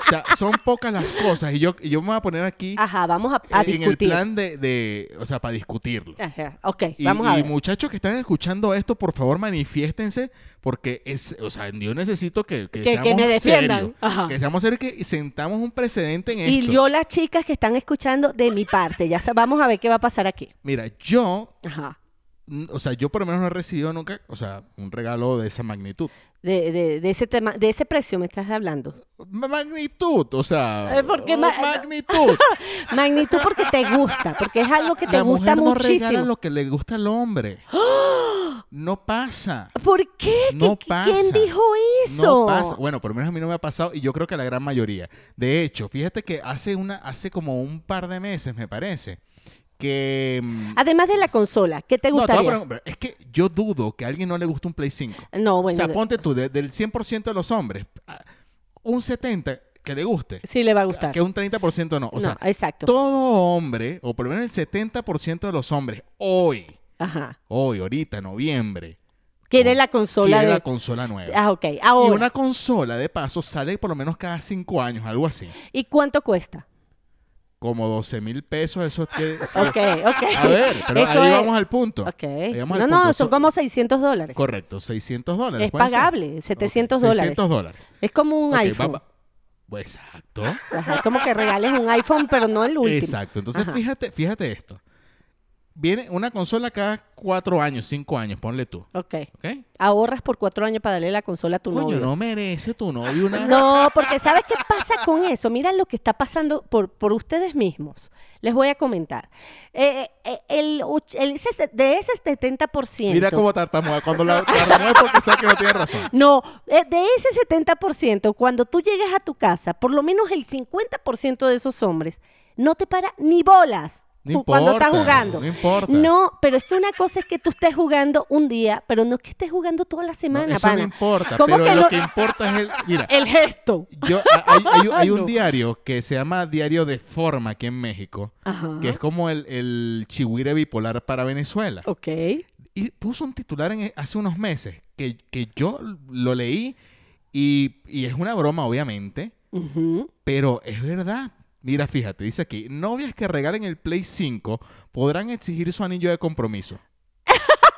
Speaker 1: o sea, son pocas las cosas y yo, y yo me voy a poner aquí
Speaker 2: Ajá, vamos a, a
Speaker 1: en el
Speaker 2: discutir.
Speaker 1: plan de, de- o sea, para discutirlo.
Speaker 2: Ajá, ok,
Speaker 1: Y,
Speaker 2: vamos a
Speaker 1: y
Speaker 2: ver.
Speaker 1: muchachos que están escuchando esto, por favor, manifiéstense, porque es, o sea, yo necesito que, que,
Speaker 2: Que- que
Speaker 1: seamos
Speaker 2: me defiendan.
Speaker 1: serios.
Speaker 2: Ajá.
Speaker 1: Que seamos serios y que sentamos un precedente en
Speaker 2: Y
Speaker 1: esto.
Speaker 2: yo las chicas que están escuchando de mi parte, ya sa- vamos a ver qué va a pasar aquí.
Speaker 1: Mira, yo,
Speaker 2: Ajá.
Speaker 1: mm, o sea, yo por lo menos no he recibido nunca, o sea, un regalo de esa magnitud.
Speaker 2: De, de- de ese tema, de ese precio me estás hablando.
Speaker 1: Ma- Magnitud, o sea,
Speaker 2: Eh, ¿por qué
Speaker 1: oh,
Speaker 2: ma-
Speaker 1: magnitud.
Speaker 2: Magnitud porque te gusta, porque es algo que te
Speaker 1: La
Speaker 2: gusta
Speaker 1: mujer no
Speaker 2: muchísimo.
Speaker 1: regala lo que le gusta al hombre. No pasa.
Speaker 2: ¿Por qué? ¿Qué-
Speaker 1: No
Speaker 2: qué-
Speaker 1: pasa.
Speaker 2: ¿Quién dijo eso?
Speaker 1: No pasa. Bueno, por lo menos a mí no me ha pasado y yo creo que a la gran mayoría. De hecho, fíjate que hace una, hace como un par de meses, me parece, que. mm,
Speaker 2: Además de la consola, ¿qué te
Speaker 1: no, te voy a
Speaker 2: gustaría?
Speaker 1: poner un- pero es que yo dudo que a alguien no le guste un Play 5.
Speaker 2: No,
Speaker 1: O
Speaker 2: bueno.
Speaker 1: sea,
Speaker 2: de-
Speaker 1: ponte tú, de- del 100% de los hombres, a- un 70% que le guste,
Speaker 2: Sí, le va a
Speaker 1: que-
Speaker 2: gustar.
Speaker 1: que un 30% no. O
Speaker 2: No,
Speaker 1: sea,
Speaker 2: exacto.
Speaker 1: todo hombre, o por lo menos el 70% de los hombres, hoy,
Speaker 2: Ajá.
Speaker 1: hoy, ahorita, noviembre,
Speaker 2: Quiere la consola
Speaker 1: quiere
Speaker 2: de...
Speaker 1: la consola nueva.
Speaker 2: Ah, ok. Ahora,
Speaker 1: Y una consola, de paso, sale por lo menos cada cinco años, algo así.
Speaker 2: ¿y cuánto cuesta?
Speaker 1: Como 12 mil pesos, eso quiere sí.
Speaker 2: Ok, ok.
Speaker 1: A ver, pero
Speaker 2: Eso
Speaker 1: ahí
Speaker 2: es-
Speaker 1: vamos al punto.
Speaker 2: Ok.
Speaker 1: Ahí vamos
Speaker 2: No,
Speaker 1: al
Speaker 2: no,
Speaker 1: punto.
Speaker 2: son
Speaker 1: Eso-
Speaker 2: como 600 dólares.
Speaker 1: Correcto, 600 dólares.
Speaker 2: Es
Speaker 1: ¿puede ser?
Speaker 2: pagable, 700
Speaker 1: Ok,
Speaker 2: dólares.
Speaker 1: 600 dólares.
Speaker 2: Es como
Speaker 1: Ok,
Speaker 2: un
Speaker 1: va-
Speaker 2: iPhone.
Speaker 1: va- Pues, exacto.
Speaker 2: Ajá, es como que regales un iPhone, pero no el último.
Speaker 1: Exacto. Entonces,
Speaker 2: Ajá.
Speaker 1: fíjate, fíjate esto. viene una consola cada cuatro años, cinco años, ponle tú.
Speaker 2: Ok.
Speaker 1: ¿Ok?
Speaker 2: Ahorras por cuatro años para darle la consola a tu
Speaker 1: Coño,
Speaker 2: novio.
Speaker 1: no merece tu novio una.
Speaker 2: No, porque ¿sabes qué pasa con eso? Mira lo que está pasando por, por ustedes mismos. Les voy a comentar. Eh, eh, el, och- el- ese- de ese 70%.
Speaker 1: Mira cómo tartamuda. Cuando la tartamudea es porque sabe que no tiene razón.
Speaker 2: No, eh, de ese 70%, cuando tú llegas a tu casa, por lo menos el 50% de esos hombres no te para ni bolas.
Speaker 1: No
Speaker 2: ju- cuando estás
Speaker 1: importa,
Speaker 2: jugando.
Speaker 1: no importa.
Speaker 2: No, pero es que una cosa es que tú estés jugando un día, pero no es que estés jugando toda la
Speaker 1: No,
Speaker 2: semana,
Speaker 1: eso no
Speaker 2: pana.
Speaker 1: importa.
Speaker 2: ¿Cómo
Speaker 1: Pero
Speaker 2: que
Speaker 1: lo
Speaker 2: no-
Speaker 1: que importa es el. Mira,
Speaker 2: El gesto.
Speaker 1: yo, a- hay, hay- hay un
Speaker 2: No.
Speaker 1: diario que se llama Diario de Forma aquí en México,
Speaker 2: Ajá.
Speaker 1: que es como el, el chihuire bipolar para Venezuela.
Speaker 2: Ok.
Speaker 1: Y puso un titular en- hace unos meses que, que yo lo leí y, y es una broma, obviamente,
Speaker 2: Ujú.
Speaker 1: pero es verdad. Mira, fíjate, dice aquí, novias que regalen el Play 5 podrán exigir su anillo de compromiso.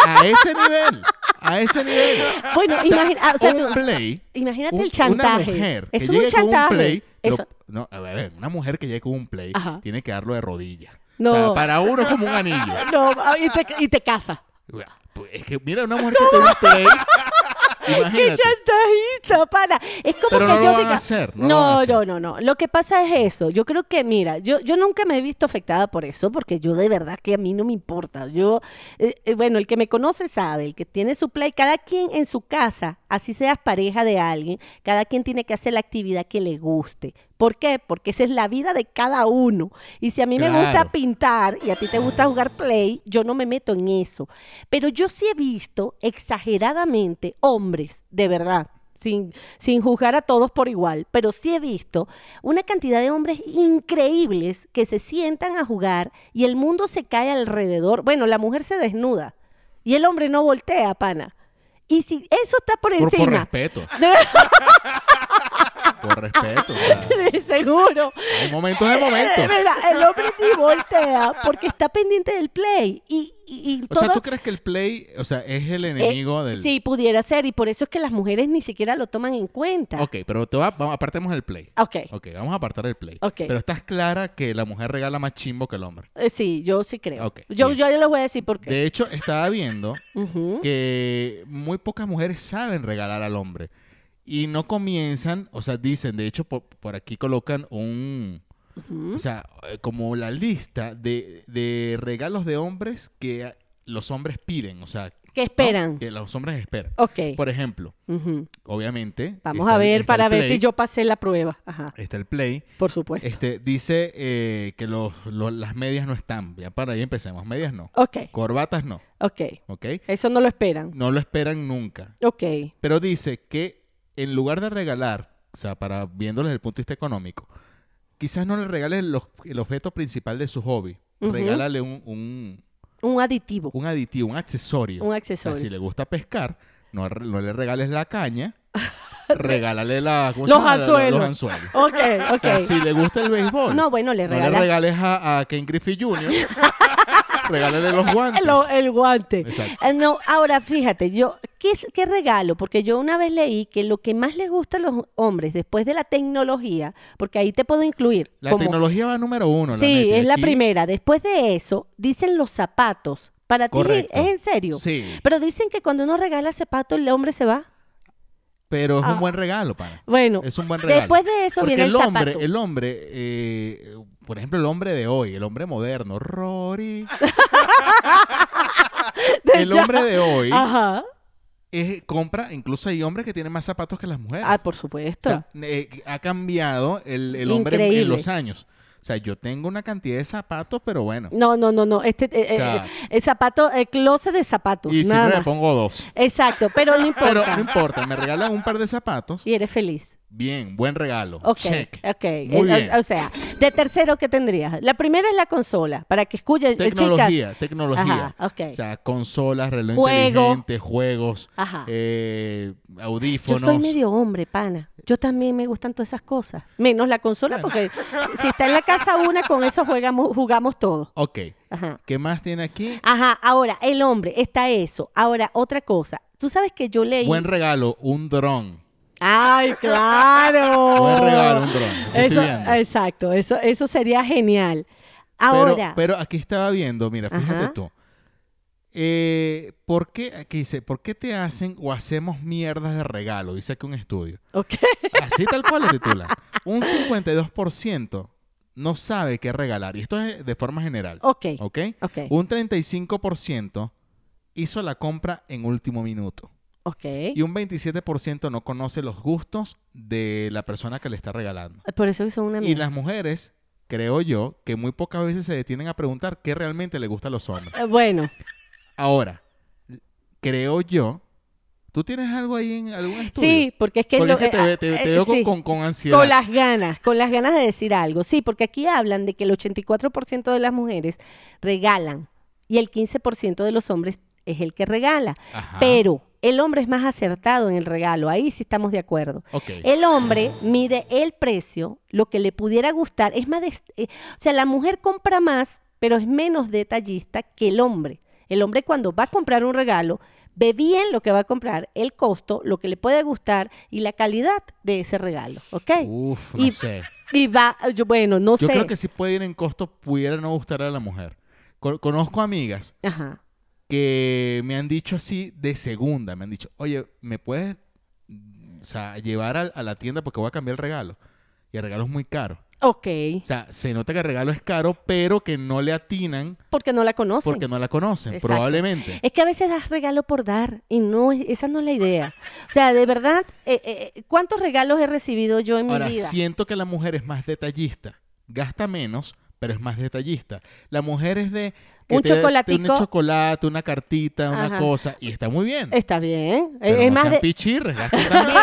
Speaker 1: A ese nivel, a ese nivel.
Speaker 2: Bueno,
Speaker 1: O sea,
Speaker 2: imagina- ah, o sea,
Speaker 1: un
Speaker 2: tú-
Speaker 1: Play.
Speaker 2: imagínate
Speaker 1: un-
Speaker 2: el chantaje.
Speaker 1: Una mujer que
Speaker 2: Eso es
Speaker 1: llegue
Speaker 2: un
Speaker 1: con
Speaker 2: chantaje.
Speaker 1: un play. lo-
Speaker 2: Eso-
Speaker 1: no, a ver, una mujer que llegue con un play
Speaker 2: Ajá.
Speaker 1: tiene que darlo de rodillas.
Speaker 2: No.
Speaker 1: O sea, para uno es como un anillo.
Speaker 2: No, ah, y te, y te casa.
Speaker 1: Ua, pues, Es que mira una mujer que tiene un play.
Speaker 2: ¡Qué
Speaker 1: Imagínate.
Speaker 2: chantajista, pana! Es como
Speaker 1: Pero
Speaker 2: que
Speaker 1: no lo
Speaker 2: yo
Speaker 1: van a
Speaker 2: diga-
Speaker 1: hacer, no
Speaker 2: No,
Speaker 1: lo van a hacer.
Speaker 2: no, no, no. Lo que pasa es eso. Yo creo que, mira, yo, yo nunca me he visto afectada por eso, porque yo de verdad que a mí no me importa. Yo, eh, eh, bueno, el que me conoce sabe, el que tiene su play, cada quien en su casa, así seas pareja de alguien, cada quien tiene que hacer la actividad que le guste. ¿Por qué? Porque esa es la vida de cada uno. Y si a mí me gusta
Speaker 1: Claro.
Speaker 2: pintar y a ti te gusta jugar play, yo no me meto en eso. Pero yo sí he visto exageradamente hombres, de verdad, sin, sin juzgar a todos por igual, pero sí he visto una cantidad de hombres increíbles que se sientan a jugar y el mundo se cae alrededor. Bueno, la mujer se desnuda y el hombre no voltea, pana. Y si eso está por
Speaker 1: Por, por
Speaker 2: encima,
Speaker 1: respeto.
Speaker 2: de-
Speaker 1: Por respeto. o sea,
Speaker 2: de seguro.
Speaker 1: hay momentos de este momento.
Speaker 2: Eh, mira, el hombre ni voltea porque está pendiente del play. Y, y- y
Speaker 1: O sea,
Speaker 2: todo-
Speaker 1: ¿tú crees que el play, o sea, es el
Speaker 2: eh,
Speaker 1: enemigo del.
Speaker 2: Sí, pudiera ser. Y por eso es que las mujeres ni siquiera lo toman en cuenta.
Speaker 1: Ok, pero te va, vamos, apartemos el play.
Speaker 2: Ok.
Speaker 1: Ok, vamos a apartar el play.
Speaker 2: Ok.
Speaker 1: Pero estás clara que la mujer regala más chimbo que el hombre.
Speaker 2: Eh, sí, yo sí creo.
Speaker 1: Ok,
Speaker 2: Yo,
Speaker 1: bien.
Speaker 2: yo ya les voy a decir por qué.
Speaker 1: De hecho, estaba viendo
Speaker 2: Ujú.
Speaker 1: que muy pocas mujeres saben regalar al hombre. Y no comienzan, o sea, dicen, de hecho, por, por aquí colocan un, o sea, eh, como la lista de, de regalos de hombres que a- los hombres piden, o sea,
Speaker 2: ¿Qué esperan?
Speaker 1: ¿no? que los hombres esperan.
Speaker 2: Ok.
Speaker 1: Por ejemplo,
Speaker 2: Ujú.
Speaker 1: obviamente.
Speaker 2: Vamos
Speaker 1: está
Speaker 2: a
Speaker 1: el- está
Speaker 2: ver
Speaker 1: el
Speaker 2: para ver si
Speaker 1: Play,
Speaker 2: yo pasé la prueba. Ajá.
Speaker 1: Está el play.
Speaker 2: Por supuesto.
Speaker 1: Este, dice eh, que los, los- las medias no están. Ya para ahí empecemos. Medias no.
Speaker 2: Ok,
Speaker 1: Corbatas no.
Speaker 2: ok.
Speaker 1: ¿Ok?
Speaker 2: Eso no lo esperan.
Speaker 1: No lo esperan nunca.
Speaker 2: Ok.
Speaker 1: Pero dice que en lugar de regalar, o sea, para viéndolo desde el punto de vista económico, quizás no le regales los- el objeto principal de su hobby.
Speaker 2: Ujú.
Speaker 1: Regálale un, un,
Speaker 2: Un aditivo.
Speaker 1: un aditivo, un accesorio.
Speaker 2: Un
Speaker 1: O sea, si
Speaker 2: accesorio.
Speaker 1: le gusta pescar, no, re- no le regales la caña, regálale la, ¿cómo se
Speaker 2: Los
Speaker 1: llama? La- la-
Speaker 2: anzuelos.
Speaker 1: los anzuelos.
Speaker 2: Ok, ok.
Speaker 1: O sea, si le gusta el béisbol,
Speaker 2: No, bueno, le
Speaker 1: no
Speaker 2: regalas-
Speaker 1: regales a, a Ken Griffey Jr., regálale los guantes.
Speaker 2: El, el guante.
Speaker 1: Exacto.
Speaker 2: Eh, No, ahora fíjate, yo, ¿qué, es- ¿qué regalo? Porque yo una vez leí que lo que más les gusta a los hombres después de la tecnología, porque ahí te puedo incluir.
Speaker 1: La
Speaker 2: como-
Speaker 1: tecnología va número uno. la
Speaker 2: Sí,
Speaker 1: neta, y
Speaker 2: es la
Speaker 1: aquí-
Speaker 2: primera. Después de eso, dicen los zapatos. Para ti es-
Speaker 1: Correcto.
Speaker 2: es en serio.
Speaker 1: Sí,
Speaker 2: Pero dicen que cuando uno regala zapatos, el hombre se va.
Speaker 1: pero es
Speaker 2: Ah.
Speaker 1: un buen regalo, pana.
Speaker 2: Bueno,
Speaker 1: Es un buen regalo.
Speaker 2: después de eso
Speaker 1: Porque
Speaker 2: viene el,
Speaker 1: hombre,
Speaker 2: zapato.
Speaker 1: el hombre, eh, por ejemplo, el hombre de hoy, el hombre moderno, Rory,
Speaker 2: De
Speaker 1: el
Speaker 2: ya- Ah.
Speaker 1: hombre de hoy
Speaker 2: Ajá.
Speaker 1: es, compra, incluso hay hombres que tienen más zapatos que las mujeres.
Speaker 2: Ah, por
Speaker 1: O
Speaker 2: supuesto.
Speaker 1: sea, eh, ha cambiado el, el hombre en-
Speaker 2: Increíble.
Speaker 1: en los años. O sea, yo tengo una cantidad de zapatos, pero bueno.
Speaker 2: no, no, no, no. Este, eh,
Speaker 1: O sea-
Speaker 2: eh, el zapato, el closet de zapatos.
Speaker 1: Y
Speaker 2: nada
Speaker 1: siempre me
Speaker 2: más.
Speaker 1: pongo dos.
Speaker 2: Exacto, pero no importa.
Speaker 1: Pero no importa, me regalan un par de zapatos.
Speaker 2: Y eres feliz.
Speaker 1: Bien, buen regalo.
Speaker 2: Ok,
Speaker 1: Check.
Speaker 2: ok.
Speaker 1: Muy
Speaker 2: Eh,
Speaker 1: bien.
Speaker 2: O, o sea, de tercero, ¿qué tendrías? La primera es la consola, para que escuchen, eh,
Speaker 1: Tecnología,
Speaker 2: chicas.
Speaker 1: tecnología.
Speaker 2: Ajá, ok.
Speaker 1: O sea, consolas, reloj
Speaker 2: Juego.
Speaker 1: inteligente, juegos,
Speaker 2: Ajá.
Speaker 1: eh,
Speaker 2: Yo
Speaker 1: audífonos.
Speaker 2: soy medio hombre, pana. Yo también me gustan todas esas cosas. Menos la consola, porque si está en la casa una, con eso jugamos, jugamos todos.
Speaker 1: Ok.
Speaker 2: Ajá.
Speaker 1: ¿Qué más tiene aquí?
Speaker 2: Ajá, ahora, el hombre, está eso. Ahora, otra cosa. Tú sabes que yo leí.
Speaker 1: Buen regalo, un dron.
Speaker 2: ¡Ay, claro!
Speaker 1: Buen regalo, un dron. Estoy
Speaker 2: Oh. Eso,
Speaker 1: viendo.
Speaker 2: exacto, eso, eso sería genial.
Speaker 1: Pero,
Speaker 2: Ahora,
Speaker 1: pero aquí estaba viendo, mira, fíjate
Speaker 2: Ajá.
Speaker 1: tú. Eh, ¿Por qué, aquí dice, ¿por qué te hacen o hacemos mierdas de regalo? Dice aquí un estudio.
Speaker 2: ok.
Speaker 1: Así tal cual lo titula. Un 52% no sabe qué regalar. Y esto es de forma general.
Speaker 2: Ok.
Speaker 1: ¿Ok?
Speaker 2: Ok.
Speaker 1: Un 35% hizo la compra en último minuto.
Speaker 2: Ok.
Speaker 1: Y un 27% no conoce los gustos de la persona que le está regalando.
Speaker 2: Por eso que son una
Speaker 1: Y
Speaker 2: mierda.
Speaker 1: las mujeres, creo yo, que muy pocas veces se detienen a preguntar qué realmente le gusta a los hombres.
Speaker 2: Eh, Bueno,
Speaker 1: Ahora, creo yo, ¿tú tienes algo ahí en algún estudio?
Speaker 2: sí, porque es que...
Speaker 1: Porque
Speaker 2: lo-
Speaker 1: es que te,
Speaker 2: eh,
Speaker 1: ve- te-
Speaker 2: eh,
Speaker 1: te veo con,
Speaker 2: sí.
Speaker 1: con- con ansiedad.
Speaker 2: Con las ganas, con las ganas de decir algo. Sí, porque aquí hablan de que el 84% de las mujeres regalan y el 15% de los hombres es el que regala.
Speaker 1: Ajá.
Speaker 2: Pero el hombre es más acertado en el regalo, ahí sí estamos de acuerdo.
Speaker 1: Ok.
Speaker 2: El hombre mide el precio, lo que le pudiera gustar. Es más, des- eh, o sea, la mujer compra más, pero es menos detallista que el hombre. El hombre cuando va a comprar un regalo, ve bien lo que va a comprar, el costo, lo que le puede gustar y la calidad de ese regalo, ¿ok?
Speaker 1: Uf, no
Speaker 2: y,
Speaker 1: sé.
Speaker 2: y va, yo, bueno, no
Speaker 1: Uh. Yo
Speaker 2: sé.
Speaker 1: creo que si puede ir en costo, pudiera no gustar a la mujer. Con- Conozco amigas
Speaker 2: Ajá.
Speaker 1: que me han dicho así de segunda, me han dicho, oye, ¿me puedes mm, o sea, llevar al- a, la tienda porque voy a cambiar el regalo? Y el regalo es muy caro.
Speaker 2: Ok,
Speaker 1: O sea, se nota que el regalo es caro, pero que no le atinan
Speaker 2: porque no la conocen.
Speaker 1: porque no la conocen,
Speaker 2: Exacto.
Speaker 1: probablemente.
Speaker 2: Es que a veces das regalo por dar y no, es- esa no es la idea. O sea, de verdad, eh, eh, ¿cuántos regalos he recibido yo en
Speaker 1: Ahora,
Speaker 2: mi vida?
Speaker 1: siento que la mujer es más detallista. Gasta menos, pero es más detallista. La mujer es de... que
Speaker 2: Un
Speaker 1: te- te-
Speaker 2: chocolatico.
Speaker 1: Un chocolate, una cartita, una
Speaker 2: Ajá.
Speaker 1: cosa. Y está muy bien.
Speaker 2: Está bien.
Speaker 1: Pero
Speaker 2: es
Speaker 1: no
Speaker 2: más
Speaker 1: sean
Speaker 2: de-
Speaker 1: pichirres, gasten también.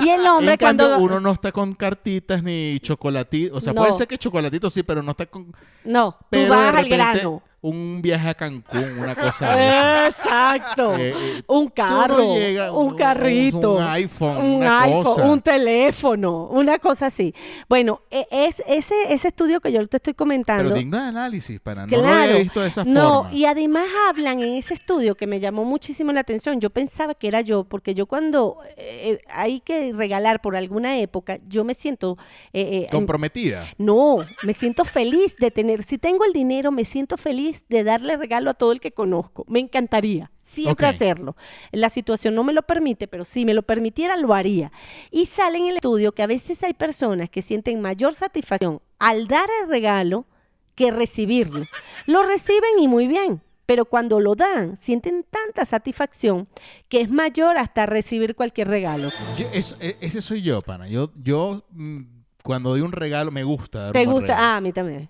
Speaker 2: y el hombre
Speaker 1: en cambio,
Speaker 2: cuando
Speaker 1: uno no está con cartitas ni chocolatitos. O sea,
Speaker 2: No.
Speaker 1: puede ser que chocolatitos sí, pero no está con...
Speaker 2: no,
Speaker 1: Pero
Speaker 2: tú vas
Speaker 1: de
Speaker 2: al
Speaker 1: repente,
Speaker 2: grano.
Speaker 1: un viaje a Cancún, una cosa de esa.
Speaker 2: Exacto.
Speaker 1: Ah, Eh, eh,
Speaker 2: un
Speaker 1: tú
Speaker 2: carro,
Speaker 1: no llegas, un-
Speaker 2: un
Speaker 1: un-
Speaker 2: carrito,
Speaker 1: un iPhone,
Speaker 2: un,
Speaker 1: una
Speaker 2: iPhone,
Speaker 1: cosa.
Speaker 2: un teléfono, una cosa así. Bueno, e- es ese ese estudio que yo te estoy comentando.
Speaker 1: Pero digno de análisis, para no lo
Speaker 2: Claro.
Speaker 1: había visto de esa
Speaker 2: no,
Speaker 1: forma.
Speaker 2: y además hablan en ese estudio que me llamó muchísimo la atención. Yo pensaba que era yo, porque yo cuando eh, hay que regalar por alguna época, yo me siento eh, eh,
Speaker 1: Comprometida.
Speaker 2: no, me siento feliz de tener, si tengo el dinero, me siento feliz de darle regalo a todo el que conozco. Me encantaría siempre
Speaker 1: Ok.
Speaker 2: hacerlo. La situación no me lo permite, pero si me lo permitiera, lo haría. Y sale en el estudio que a veces hay personas que sienten mayor satisfacción al dar el regalo que recibirlo. Lo reciben y muy bien. Pero cuando lo dan, sienten tanta satisfacción que es mayor hasta recibir cualquier regalo.
Speaker 1: Yo- eso- e- ese soy yo, pana. Yo, yo mm, cuando doy un regalo, me gusta dar
Speaker 2: ¿Te
Speaker 1: un buen
Speaker 2: gusta?
Speaker 1: regalo.
Speaker 2: Ah, a mí también.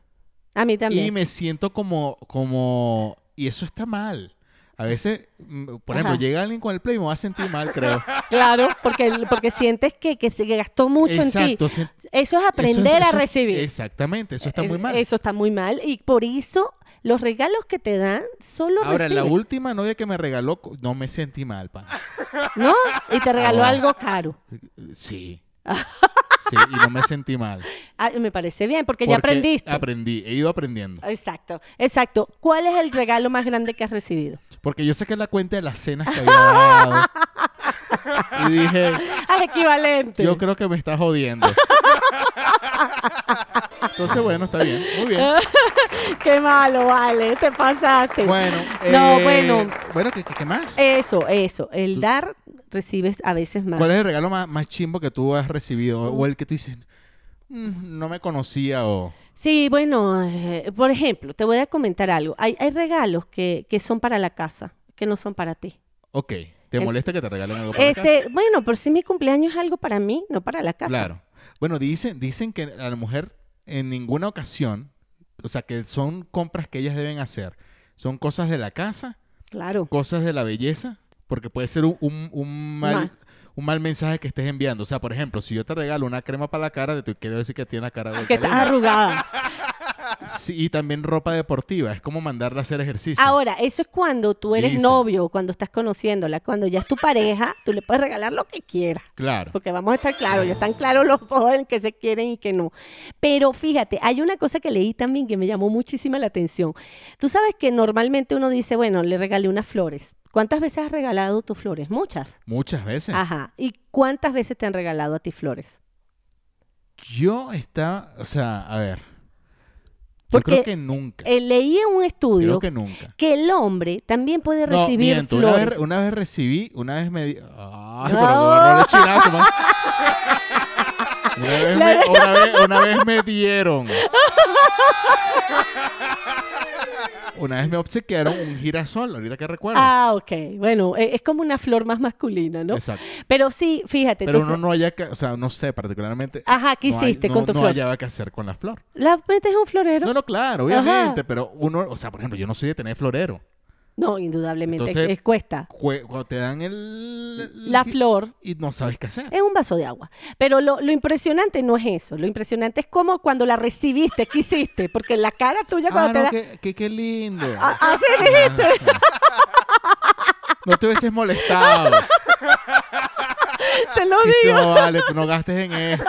Speaker 2: A mí también.
Speaker 1: Y me siento como, como... Y eso está mal. A veces, mm, por ejemplo,
Speaker 2: Ajá.
Speaker 1: llega alguien con el play y me va a sentir mal, creo.
Speaker 2: Claro, porque, porque sientes que, que se gastó mucho en ti.
Speaker 1: Exacto. sen-
Speaker 2: Eso es
Speaker 1: Eso es-
Speaker 2: aprender
Speaker 1: eso-
Speaker 2: a recibir.
Speaker 1: Exactamente, eso está muy
Speaker 2: Es-
Speaker 1: mal.
Speaker 2: Eso está muy mal. Y por eso los regalos que te dan solo
Speaker 1: Ahora, la
Speaker 2: recibes,
Speaker 1: última novia que me regaló, co- no me sentí mal, pana.
Speaker 2: ¿no? Y te regaló
Speaker 1: Ahora.
Speaker 2: algo caro.
Speaker 1: Sí. sí, y no me sentí mal.
Speaker 2: Ah, me parece bien, porque,
Speaker 1: Porque
Speaker 2: ya aprendiste.
Speaker 1: Aprendí, he ido aprendiendo.
Speaker 2: Exacto, exacto. ¿Cuál es el regalo más grande que has recibido?
Speaker 1: Porque yo saqué la cuenta de las cenas que había dado. y dije,
Speaker 2: Al Ah, equivalente.
Speaker 1: yo creo que me está jodiendo. Entonces, bueno, está bien. Muy bien.
Speaker 2: Ah, Qué malo, vale, te pasaste.
Speaker 1: Bueno.
Speaker 2: No,
Speaker 1: eh,
Speaker 2: bueno. Eh,
Speaker 1: Bueno, ¿qué, qué- qué más?
Speaker 2: Eso, eso. El dar, recibes a veces más.
Speaker 1: ¿Cuál es el regalo más, más chimbo que tú has recibido? O el que tú dices, "Mm, no me conocía o...
Speaker 2: Sí, bueno, eh, por ejemplo, te voy a comentar algo. Hay, hay regalos que, que son para la casa, que no son para ti.
Speaker 1: Ok. ¿Te
Speaker 2: El-
Speaker 1: molesta que te regalen algo para la casa?
Speaker 2: Este, bueno, pero si mi cumpleaños es algo para mí, no para la casa.
Speaker 1: Claro. Bueno, dicen, dicen que a la mujer en ninguna ocasión, o sea, que son compras que ellas deben hacer. Son cosas de la casa,
Speaker 2: Claro.
Speaker 1: cosas de la belleza, porque puede ser un, un- un mal...
Speaker 2: Ma-
Speaker 1: Un mal mensaje que estés enviando. O sea, por ejemplo, si yo te regalo una crema para la cara, te quiero decir que tiene la cara
Speaker 2: Ah, Que
Speaker 1: vuelta
Speaker 2: estás
Speaker 1: loca.
Speaker 2: arrugada.
Speaker 1: Sí, y también ropa deportiva. Es como mandarla a hacer ejercicio.
Speaker 2: Ahora, eso es cuando tú eres
Speaker 1: Dicen.
Speaker 2: novio, cuando estás conociéndola, cuando ya es tu pareja, tú le puedes regalar lo que quieras.
Speaker 1: claro.
Speaker 2: Porque vamos a estar claros, ya están claros los dos en que se quieren y que no. Pero fíjate, hay una cosa que leí también que me llamó muchísima la atención. Tú sabes que normalmente uno dice, bueno, le regalé unas flores. ¿Cuántas veces has regalado tus flores? Muchas.
Speaker 1: Muchas veces.
Speaker 2: Ajá. ¿Y cuántas veces te han regalado a ti flores?
Speaker 1: Yo estaba, o sea, a ver.
Speaker 2: Porque
Speaker 1: Yo creo que nunca.
Speaker 2: eh, leí en un estudio
Speaker 1: creo que nunca.
Speaker 2: que el hombre también puede
Speaker 1: No,
Speaker 2: recibir
Speaker 1: miento, una
Speaker 2: flores.
Speaker 1: vez, una vez recibí, una vez me di... Ay, pero
Speaker 2: No.
Speaker 1: me agarró el chinazo, man. Una vez,
Speaker 2: La
Speaker 1: me, una, vez, una vez me dieron. Una vez me obsequiaron un girasol, ahorita que recuerdo.
Speaker 2: Ah, ok. Bueno, eh, es como una flor más masculina, ¿no?
Speaker 1: Exacto.
Speaker 2: Pero sí, fíjate.
Speaker 1: Pero
Speaker 2: entonces-
Speaker 1: uno no haya que, o sea, no sé particularmente.
Speaker 2: Ajá, ¿qué
Speaker 1: no hay-
Speaker 2: hiciste
Speaker 1: no-
Speaker 2: con tu
Speaker 1: no
Speaker 2: flor?
Speaker 1: hallaba qué hacer con la flor.
Speaker 2: La metes en un florero.
Speaker 1: No,
Speaker 2: No,
Speaker 1: no, claro,
Speaker 2: Ajá.
Speaker 1: obviamente, pero uno, o sea, por ejemplo, yo no soy de tener florero.
Speaker 2: indudablemente.
Speaker 1: Entonces-
Speaker 2: es- cuesta.
Speaker 1: Cue- Cuando te dan el...
Speaker 2: La flor
Speaker 1: Y no sabes qué hacer.
Speaker 2: Es un vaso de agua. Pero lo, lo impresionante no es eso. Lo impresionante es cómo cuando la recibiste, ¿qué hiciste? Porque la cara tuya
Speaker 1: Ah,
Speaker 2: cuando te
Speaker 1: no,
Speaker 2: da.
Speaker 1: qué, qué- qué lindo.
Speaker 2: Ah, ah, sí,
Speaker 1: Ah, ah. No te hubieses molestado.
Speaker 2: te lo
Speaker 1: Dijiste,
Speaker 2: digo.
Speaker 1: No, vale, tú no gastes en esto.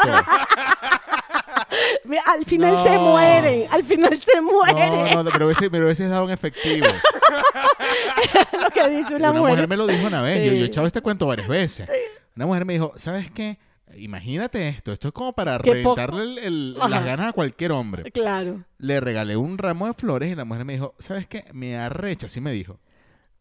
Speaker 2: Mira, Al final se
Speaker 1: No.
Speaker 2: mueren. Al final se mueren.
Speaker 1: No, no, pero hubieses, pero hubieses dado en efectivo.
Speaker 2: lo que dice una,
Speaker 1: una mujer.
Speaker 2: mujer.
Speaker 1: me lo dijo una vez. Yo,
Speaker 2: Sí.
Speaker 1: yo he echado este cuento varias veces. Una mujer me dijo, ¿sabes qué? Imagínate esto. Esto es como para
Speaker 2: Qué poco.
Speaker 1: reventarle el- el-
Speaker 2: Ajá.
Speaker 1: las ganas a cualquier hombre.
Speaker 2: Claro.
Speaker 1: Le regalé un ramo de flores y la mujer me dijo, ¿sabes qué? Me arrecha, así me dijo.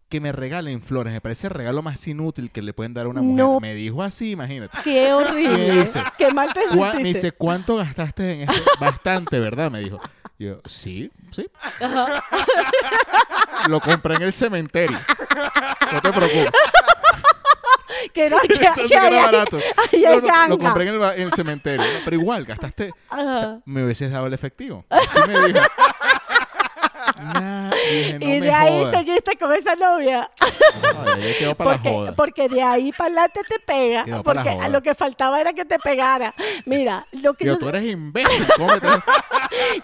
Speaker 1: Que me regalen flores. Me parece el regalo más inútil que le pueden dar a una mujer.
Speaker 2: No.
Speaker 1: Me dijo así, imagínate.
Speaker 2: Qué horrible.
Speaker 1: Me dice,
Speaker 2: Qué mal te
Speaker 1: Cua-
Speaker 2: sentiste.
Speaker 1: me dice, ¿cuánto gastaste en esto? Bastante, ¿verdad? Me dijo. Yo, sí, sí. Lo compré en el cementerio. No te preocupes.
Speaker 2: que no, que,
Speaker 1: Entonces
Speaker 2: que
Speaker 1: era
Speaker 2: hay-
Speaker 1: barato.
Speaker 2: ahí
Speaker 1: No,
Speaker 2: hay
Speaker 1: no,
Speaker 2: ganga.
Speaker 1: lo compré en el, ba- en el cementerio. ¿no? Pero igual, gastaste. o sea,
Speaker 2: Ajá.
Speaker 1: me hubieses dado el efectivo. Así me dijo. Nah, dije, no
Speaker 2: y
Speaker 1: me
Speaker 2: de ahí
Speaker 1: jodas.
Speaker 2: seguiste con esa novia.
Speaker 1: Ay, ahí quedó para la
Speaker 2: porque,
Speaker 1: joda.
Speaker 2: porque de ahí para adelante te pega.
Speaker 1: Quedó pa' la
Speaker 2: porque
Speaker 1: joda.
Speaker 2: lo que faltaba era que te pegara. Mira, lo que
Speaker 1: Digo,
Speaker 2: yo-
Speaker 1: tú eres imbécil. ¿cómo me traes?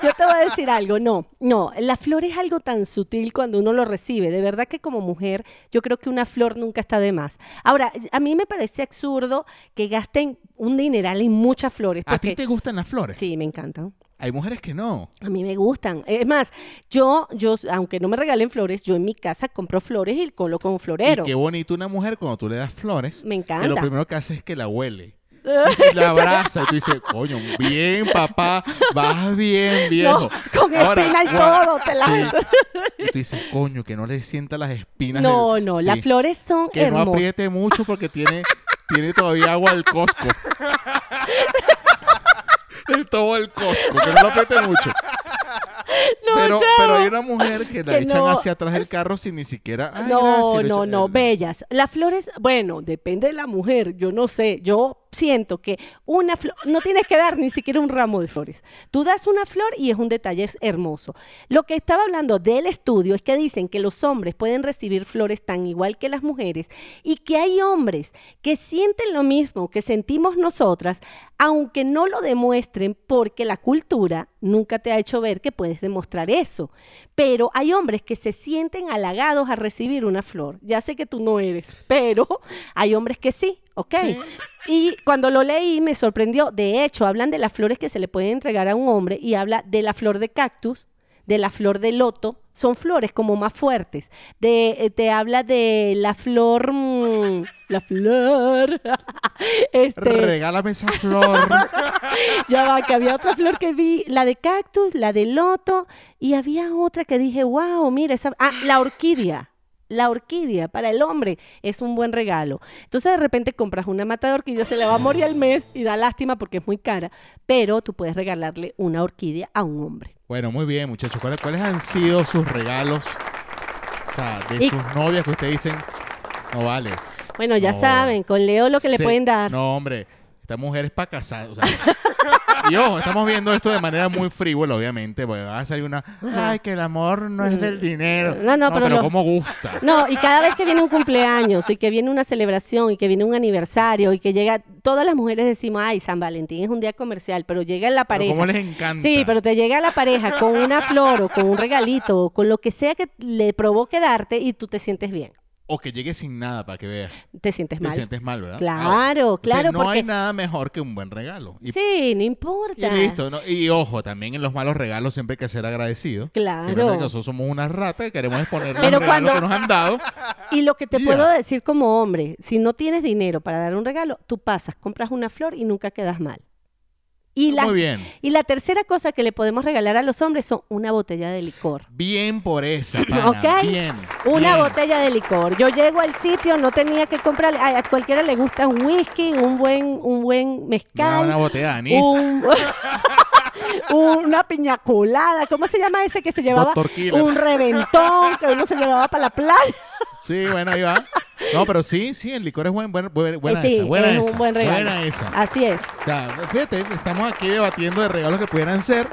Speaker 2: Yo te voy a decir algo, no, no, la flor es algo tan sutil cuando uno lo recibe, de verdad que como mujer yo creo que una flor nunca está de más. Ahora, a mí me parece absurdo que gasten un dineral en muchas flores,
Speaker 1: ¿A ti
Speaker 2: porque
Speaker 1: te gustan las flores?
Speaker 2: sí, me encantan.
Speaker 1: Hay mujeres que no.
Speaker 2: A mí me gustan. Es más, yo, yo, aunque no me regalen flores, yo en mi casa compro flores y coloco un florero.
Speaker 1: Y qué bonito una mujer cuando tú le das flores.
Speaker 2: Me encanta.
Speaker 1: Que lo primero que hace es que la huele. Y la abraza y tú dices, coño, bien papá, vas bien viejo.
Speaker 2: con espina y
Speaker 1: gua-
Speaker 2: todo, te la-
Speaker 1: Y tú dices, coño, que no le sienta las espinas.
Speaker 2: no,
Speaker 1: del-
Speaker 2: no,
Speaker 1: Sí.
Speaker 2: las flores son
Speaker 1: Que no
Speaker 2: hermosas.
Speaker 1: apriete mucho porque tiene, tiene todavía agua del Costco. El todo el Costco, que no lo apriete mucho.
Speaker 2: No,
Speaker 1: pero,
Speaker 2: chavo.
Speaker 1: pero hay una mujer que la
Speaker 2: Que
Speaker 1: echan
Speaker 2: no.
Speaker 1: hacia atrás del carro sin ni siquiera. "Ay, gracias", Eh,
Speaker 2: No,
Speaker 1: le
Speaker 2: no,
Speaker 1: echan-
Speaker 2: no, bellas. Las flores, bueno, depende de la mujer, yo no sé, yo siento que una flor, no tienes que dar ni siquiera un ramo de flores. Tú das una flor y es un detalle es hermoso. Lo que estaba hablando del estudio es que dicen que los hombres pueden recibir flores tan igual que las mujeres y que hay hombres que sienten lo mismo que sentimos nosotras, aunque no lo demuestren porque la cultura nunca te ha hecho ver que puedes demostrar eso. Pero hay hombres que se sienten halagados a recibir una flor. Ya sé que tú no eres, pero hay hombres que sí, ¿ok? Y cuando lo leí me sorprendió. De hecho, hablan de las flores que se le pueden entregar a un hombre y habla de la flor de cactus, de la flor de loto. Son flores como más fuertes. De, eh, te habla de la flor... mm, la flor... este,
Speaker 1: Regálame esa flor.
Speaker 2: ya va, que había otra flor que vi, la de cactus, la de loto, y había otra que dije, wow, mira, esa... Ah, la orquídea. La orquídea para el hombre es un buen regalo. Entonces de repente compras una mata de orquídea, se le va a morir al mes y da lástima porque es muy cara, pero tú puedes regalarle una orquídea a un hombre.
Speaker 1: Bueno, muy bien, muchachos. ¿Cuáles, cuáles han sido sus regalos? O sea, de
Speaker 2: Y-
Speaker 1: sus novias que ustedes dicen, no vale.
Speaker 2: Bueno, ya
Speaker 1: No.
Speaker 2: saben, con Leo lo que le
Speaker 1: Se-
Speaker 2: pueden dar.
Speaker 1: No, hombre, esta mujer es para casar. O sea, y ojo, estamos viendo esto de manera muy frívola, obviamente, porque va a salir una, ay, que el amor no es del dinero.
Speaker 2: No, no, pero no.
Speaker 1: cómo gusta.
Speaker 2: No, y cada vez que viene un cumpleaños y que viene una celebración y que viene un aniversario y que llega, todas las mujeres decimos, ay, San Valentín es un día comercial, pero llega la
Speaker 1: Pero
Speaker 2: pareja.
Speaker 1: cómo les encanta.
Speaker 2: Sí, pero te llega la pareja con una flor o con un regalito o con lo que sea que le provoque darte y tú te sientes bien,
Speaker 1: O que llegue sin nada para que veas.
Speaker 2: te sientes
Speaker 1: Te
Speaker 2: mal.
Speaker 1: sientes mal, ¿verdad?
Speaker 2: Claro,
Speaker 1: Ah, bueno. Entonces,
Speaker 2: claro,
Speaker 1: No
Speaker 2: porque-
Speaker 1: hay nada mejor que un buen regalo. Y,
Speaker 2: Sí, no importa.
Speaker 1: y listo. ¿no? Y ojo, también en los malos regalos siempre hay que ser agradecido.
Speaker 2: Claro.
Speaker 1: Siempre que Nosotros somos una rata y queremos exponer los
Speaker 2: Pero
Speaker 1: regalos
Speaker 2: cuando-
Speaker 1: que nos han dado.
Speaker 2: Y lo que te
Speaker 1: Ya.
Speaker 2: puedo decir como hombre, si no tienes dinero para dar un regalo, tú pasas, compras una flor y nunca quedas mal. Y la,
Speaker 1: Muy bien.
Speaker 2: Y la tercera cosa que le podemos regalar a los hombres son una botella de licor.
Speaker 1: Bien por esa, pana.
Speaker 2: ¿Ok?
Speaker 1: Bien. bien.
Speaker 2: Una botella de licor. Yo llego al sitio, no tenía que comprarle. Ay, a cualquiera le gusta un whisky, un buen, un buen
Speaker 1: Una,
Speaker 2: mezcal.
Speaker 1: una botella de anís.
Speaker 2: un- una piña colada. ¿Cómo se llama ese que se llevaba?
Speaker 1: Doctor Killer.
Speaker 2: Un reventón que uno se llevaba para la playa.
Speaker 1: Sí, bueno, ahí va. No, pero sí, sí, el licor es buen, buen- buen- buena
Speaker 2: Eh, Sí,
Speaker 1: esa, buena
Speaker 2: es
Speaker 1: esa,
Speaker 2: un buen regalo. Ah.
Speaker 1: Buena esa.
Speaker 2: Así es.
Speaker 1: O sea, fíjate, estamos aquí debatiendo de regalos que pudieran ser.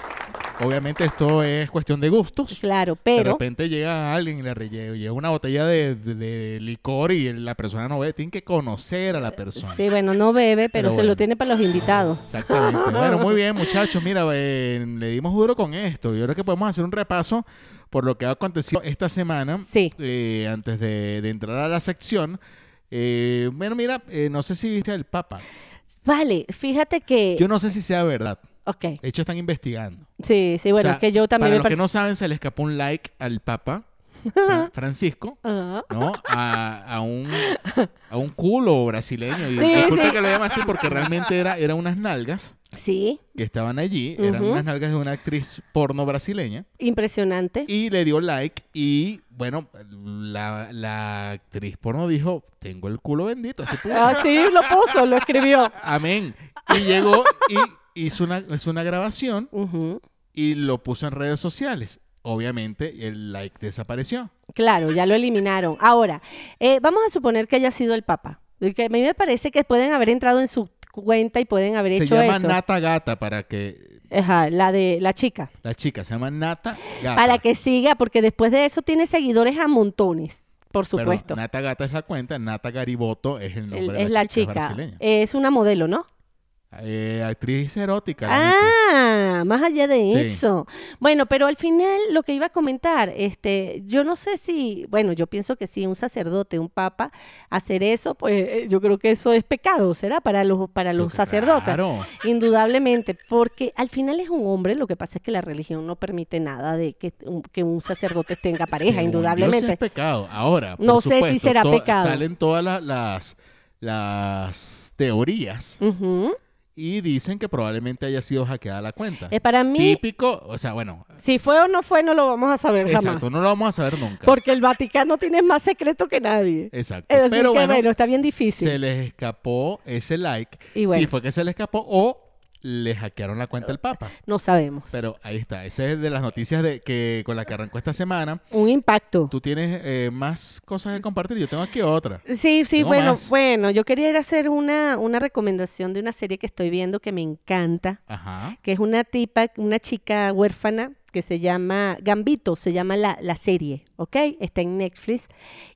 Speaker 1: Obviamente esto es cuestión de gustos.
Speaker 2: Claro,
Speaker 1: De
Speaker 2: pero
Speaker 1: repente llega alguien y le re- lleva una botella de, de- de licor y la persona no ve. Tienen que conocer a la persona.
Speaker 2: sí, bueno, no bebe, pero,
Speaker 1: Pero
Speaker 2: se
Speaker 1: bueno.
Speaker 2: lo tiene para los invitados.
Speaker 1: Exactamente. Bueno, muy bien, muchachos. Mira, eh, le dimos duro con esto. Yo creo que podemos hacer un repaso por lo que ha acontecido esta semana.
Speaker 2: Sí.
Speaker 1: Eh, antes de, de entrar a la sección. Eh, bueno, mira, eh, no sé si viste al Papa.
Speaker 2: Vale, fíjate que.
Speaker 1: Yo no sé si sea verdad.
Speaker 2: Ok.
Speaker 1: De hecho, están investigando.
Speaker 2: Sí, sí,
Speaker 1: O
Speaker 2: bueno,
Speaker 1: sea,
Speaker 2: es que yo
Speaker 1: Para
Speaker 2: también me
Speaker 1: los
Speaker 2: parece.
Speaker 1: que no saben, se le escapó un like al Papa Fra- Francisco,
Speaker 2: Ajá.
Speaker 1: ¿no? A, a un, a un culo brasileño. Y
Speaker 2: Sí,
Speaker 1: disculpe
Speaker 2: sí.
Speaker 1: que lo llame así porque realmente era, eran unas nalgas
Speaker 2: Sí,
Speaker 1: que estaban allí. Eran
Speaker 2: Ujú.
Speaker 1: unas nalgas de una actriz porno brasileña.
Speaker 2: impresionante.
Speaker 1: Y le dio like y, bueno, la, la actriz porno dijo, tengo el culo bendito, así puso.
Speaker 2: Ah, sí, lo puso, lo escribió.
Speaker 1: Amén. Y llegó y hizo una, hizo una grabación
Speaker 2: Ujú.
Speaker 1: y lo puso en redes sociales. Obviamente el like desapareció.
Speaker 2: Claro, ya lo eliminaron. Ahora, eh, vamos a suponer que haya sido el Papa. Y Que a mí me parece que pueden haber entrado en su cuenta y pueden haber
Speaker 1: se
Speaker 2: hecho
Speaker 1: llama
Speaker 2: eso.
Speaker 1: Nata Gata para que
Speaker 2: Ajá, la de la chica.
Speaker 1: la chica se llama Nata Gata.
Speaker 2: Para que siga, porque después de eso tiene seguidores a montones, por
Speaker 1: Pero
Speaker 2: supuesto.
Speaker 1: Nata Gata es la cuenta, Nata Gariboto es el nombre
Speaker 2: El-
Speaker 1: de la
Speaker 2: es
Speaker 1: chica,
Speaker 2: la
Speaker 1: es
Speaker 2: chica.
Speaker 1: brasileña.
Speaker 2: Es una modelo, ¿no?
Speaker 1: Eh, actriz erótica. la metí.
Speaker 2: Ah, más allá de
Speaker 1: Sí.
Speaker 2: eso. Bueno, pero al final lo que iba a comentar, este, yo no sé si, bueno, yo pienso que si un sacerdote, un papa, hacer eso, pues eh, yo creo que eso es pecado, será para los para los
Speaker 1: Claro.
Speaker 2: sacerdotes. Indudablemente, porque al final es un hombre, lo que pasa es que la religión no permite nada de que un, que un sacerdote tenga pareja,
Speaker 1: Según
Speaker 2: indudablemente.
Speaker 1: Dios sí es pecado. Ahora, por
Speaker 2: No sé si
Speaker 1: supuesto,
Speaker 2: será
Speaker 1: to-
Speaker 2: pecado.
Speaker 1: Salen todas la- las, las teorías
Speaker 2: Ujú.
Speaker 1: y dicen que probablemente haya sido hackeada la cuenta.
Speaker 2: Eh, para mí,
Speaker 1: Típico, o sea, bueno,
Speaker 2: si fue o no fue, no lo vamos a saber
Speaker 1: exacto,
Speaker 2: jamás.
Speaker 1: no lo vamos a saber nunca. Eh.
Speaker 2: Porque el Vaticano tiene más secreto que nadie.
Speaker 1: Exacto.
Speaker 2: Es decir
Speaker 1: Pero
Speaker 2: eh, que,
Speaker 1: bueno,
Speaker 2: bueno, está bien difícil.
Speaker 1: Se les escapó ese like.
Speaker 2: Y bueno.
Speaker 1: Si fue que se les escapó o le hackearon la cuenta al Papa.
Speaker 2: No sabemos.
Speaker 1: Pero ahí está. Esa es de las noticias de que con la que arrancó esta semana.
Speaker 2: Un impacto.
Speaker 1: Tú tienes eh, más cosas que compartir. Yo tengo aquí otra.
Speaker 2: Sí, sí,
Speaker 1: Tengo
Speaker 2: bueno,
Speaker 1: más.
Speaker 2: bueno, yo quería ir a hacer una, una recomendación de una serie que estoy viendo que me encanta,
Speaker 1: Ajá.
Speaker 2: que es una tipa, una chica huérfana que se llama Gambito, se llama la, la serie, ¿ok? Está en Netflix.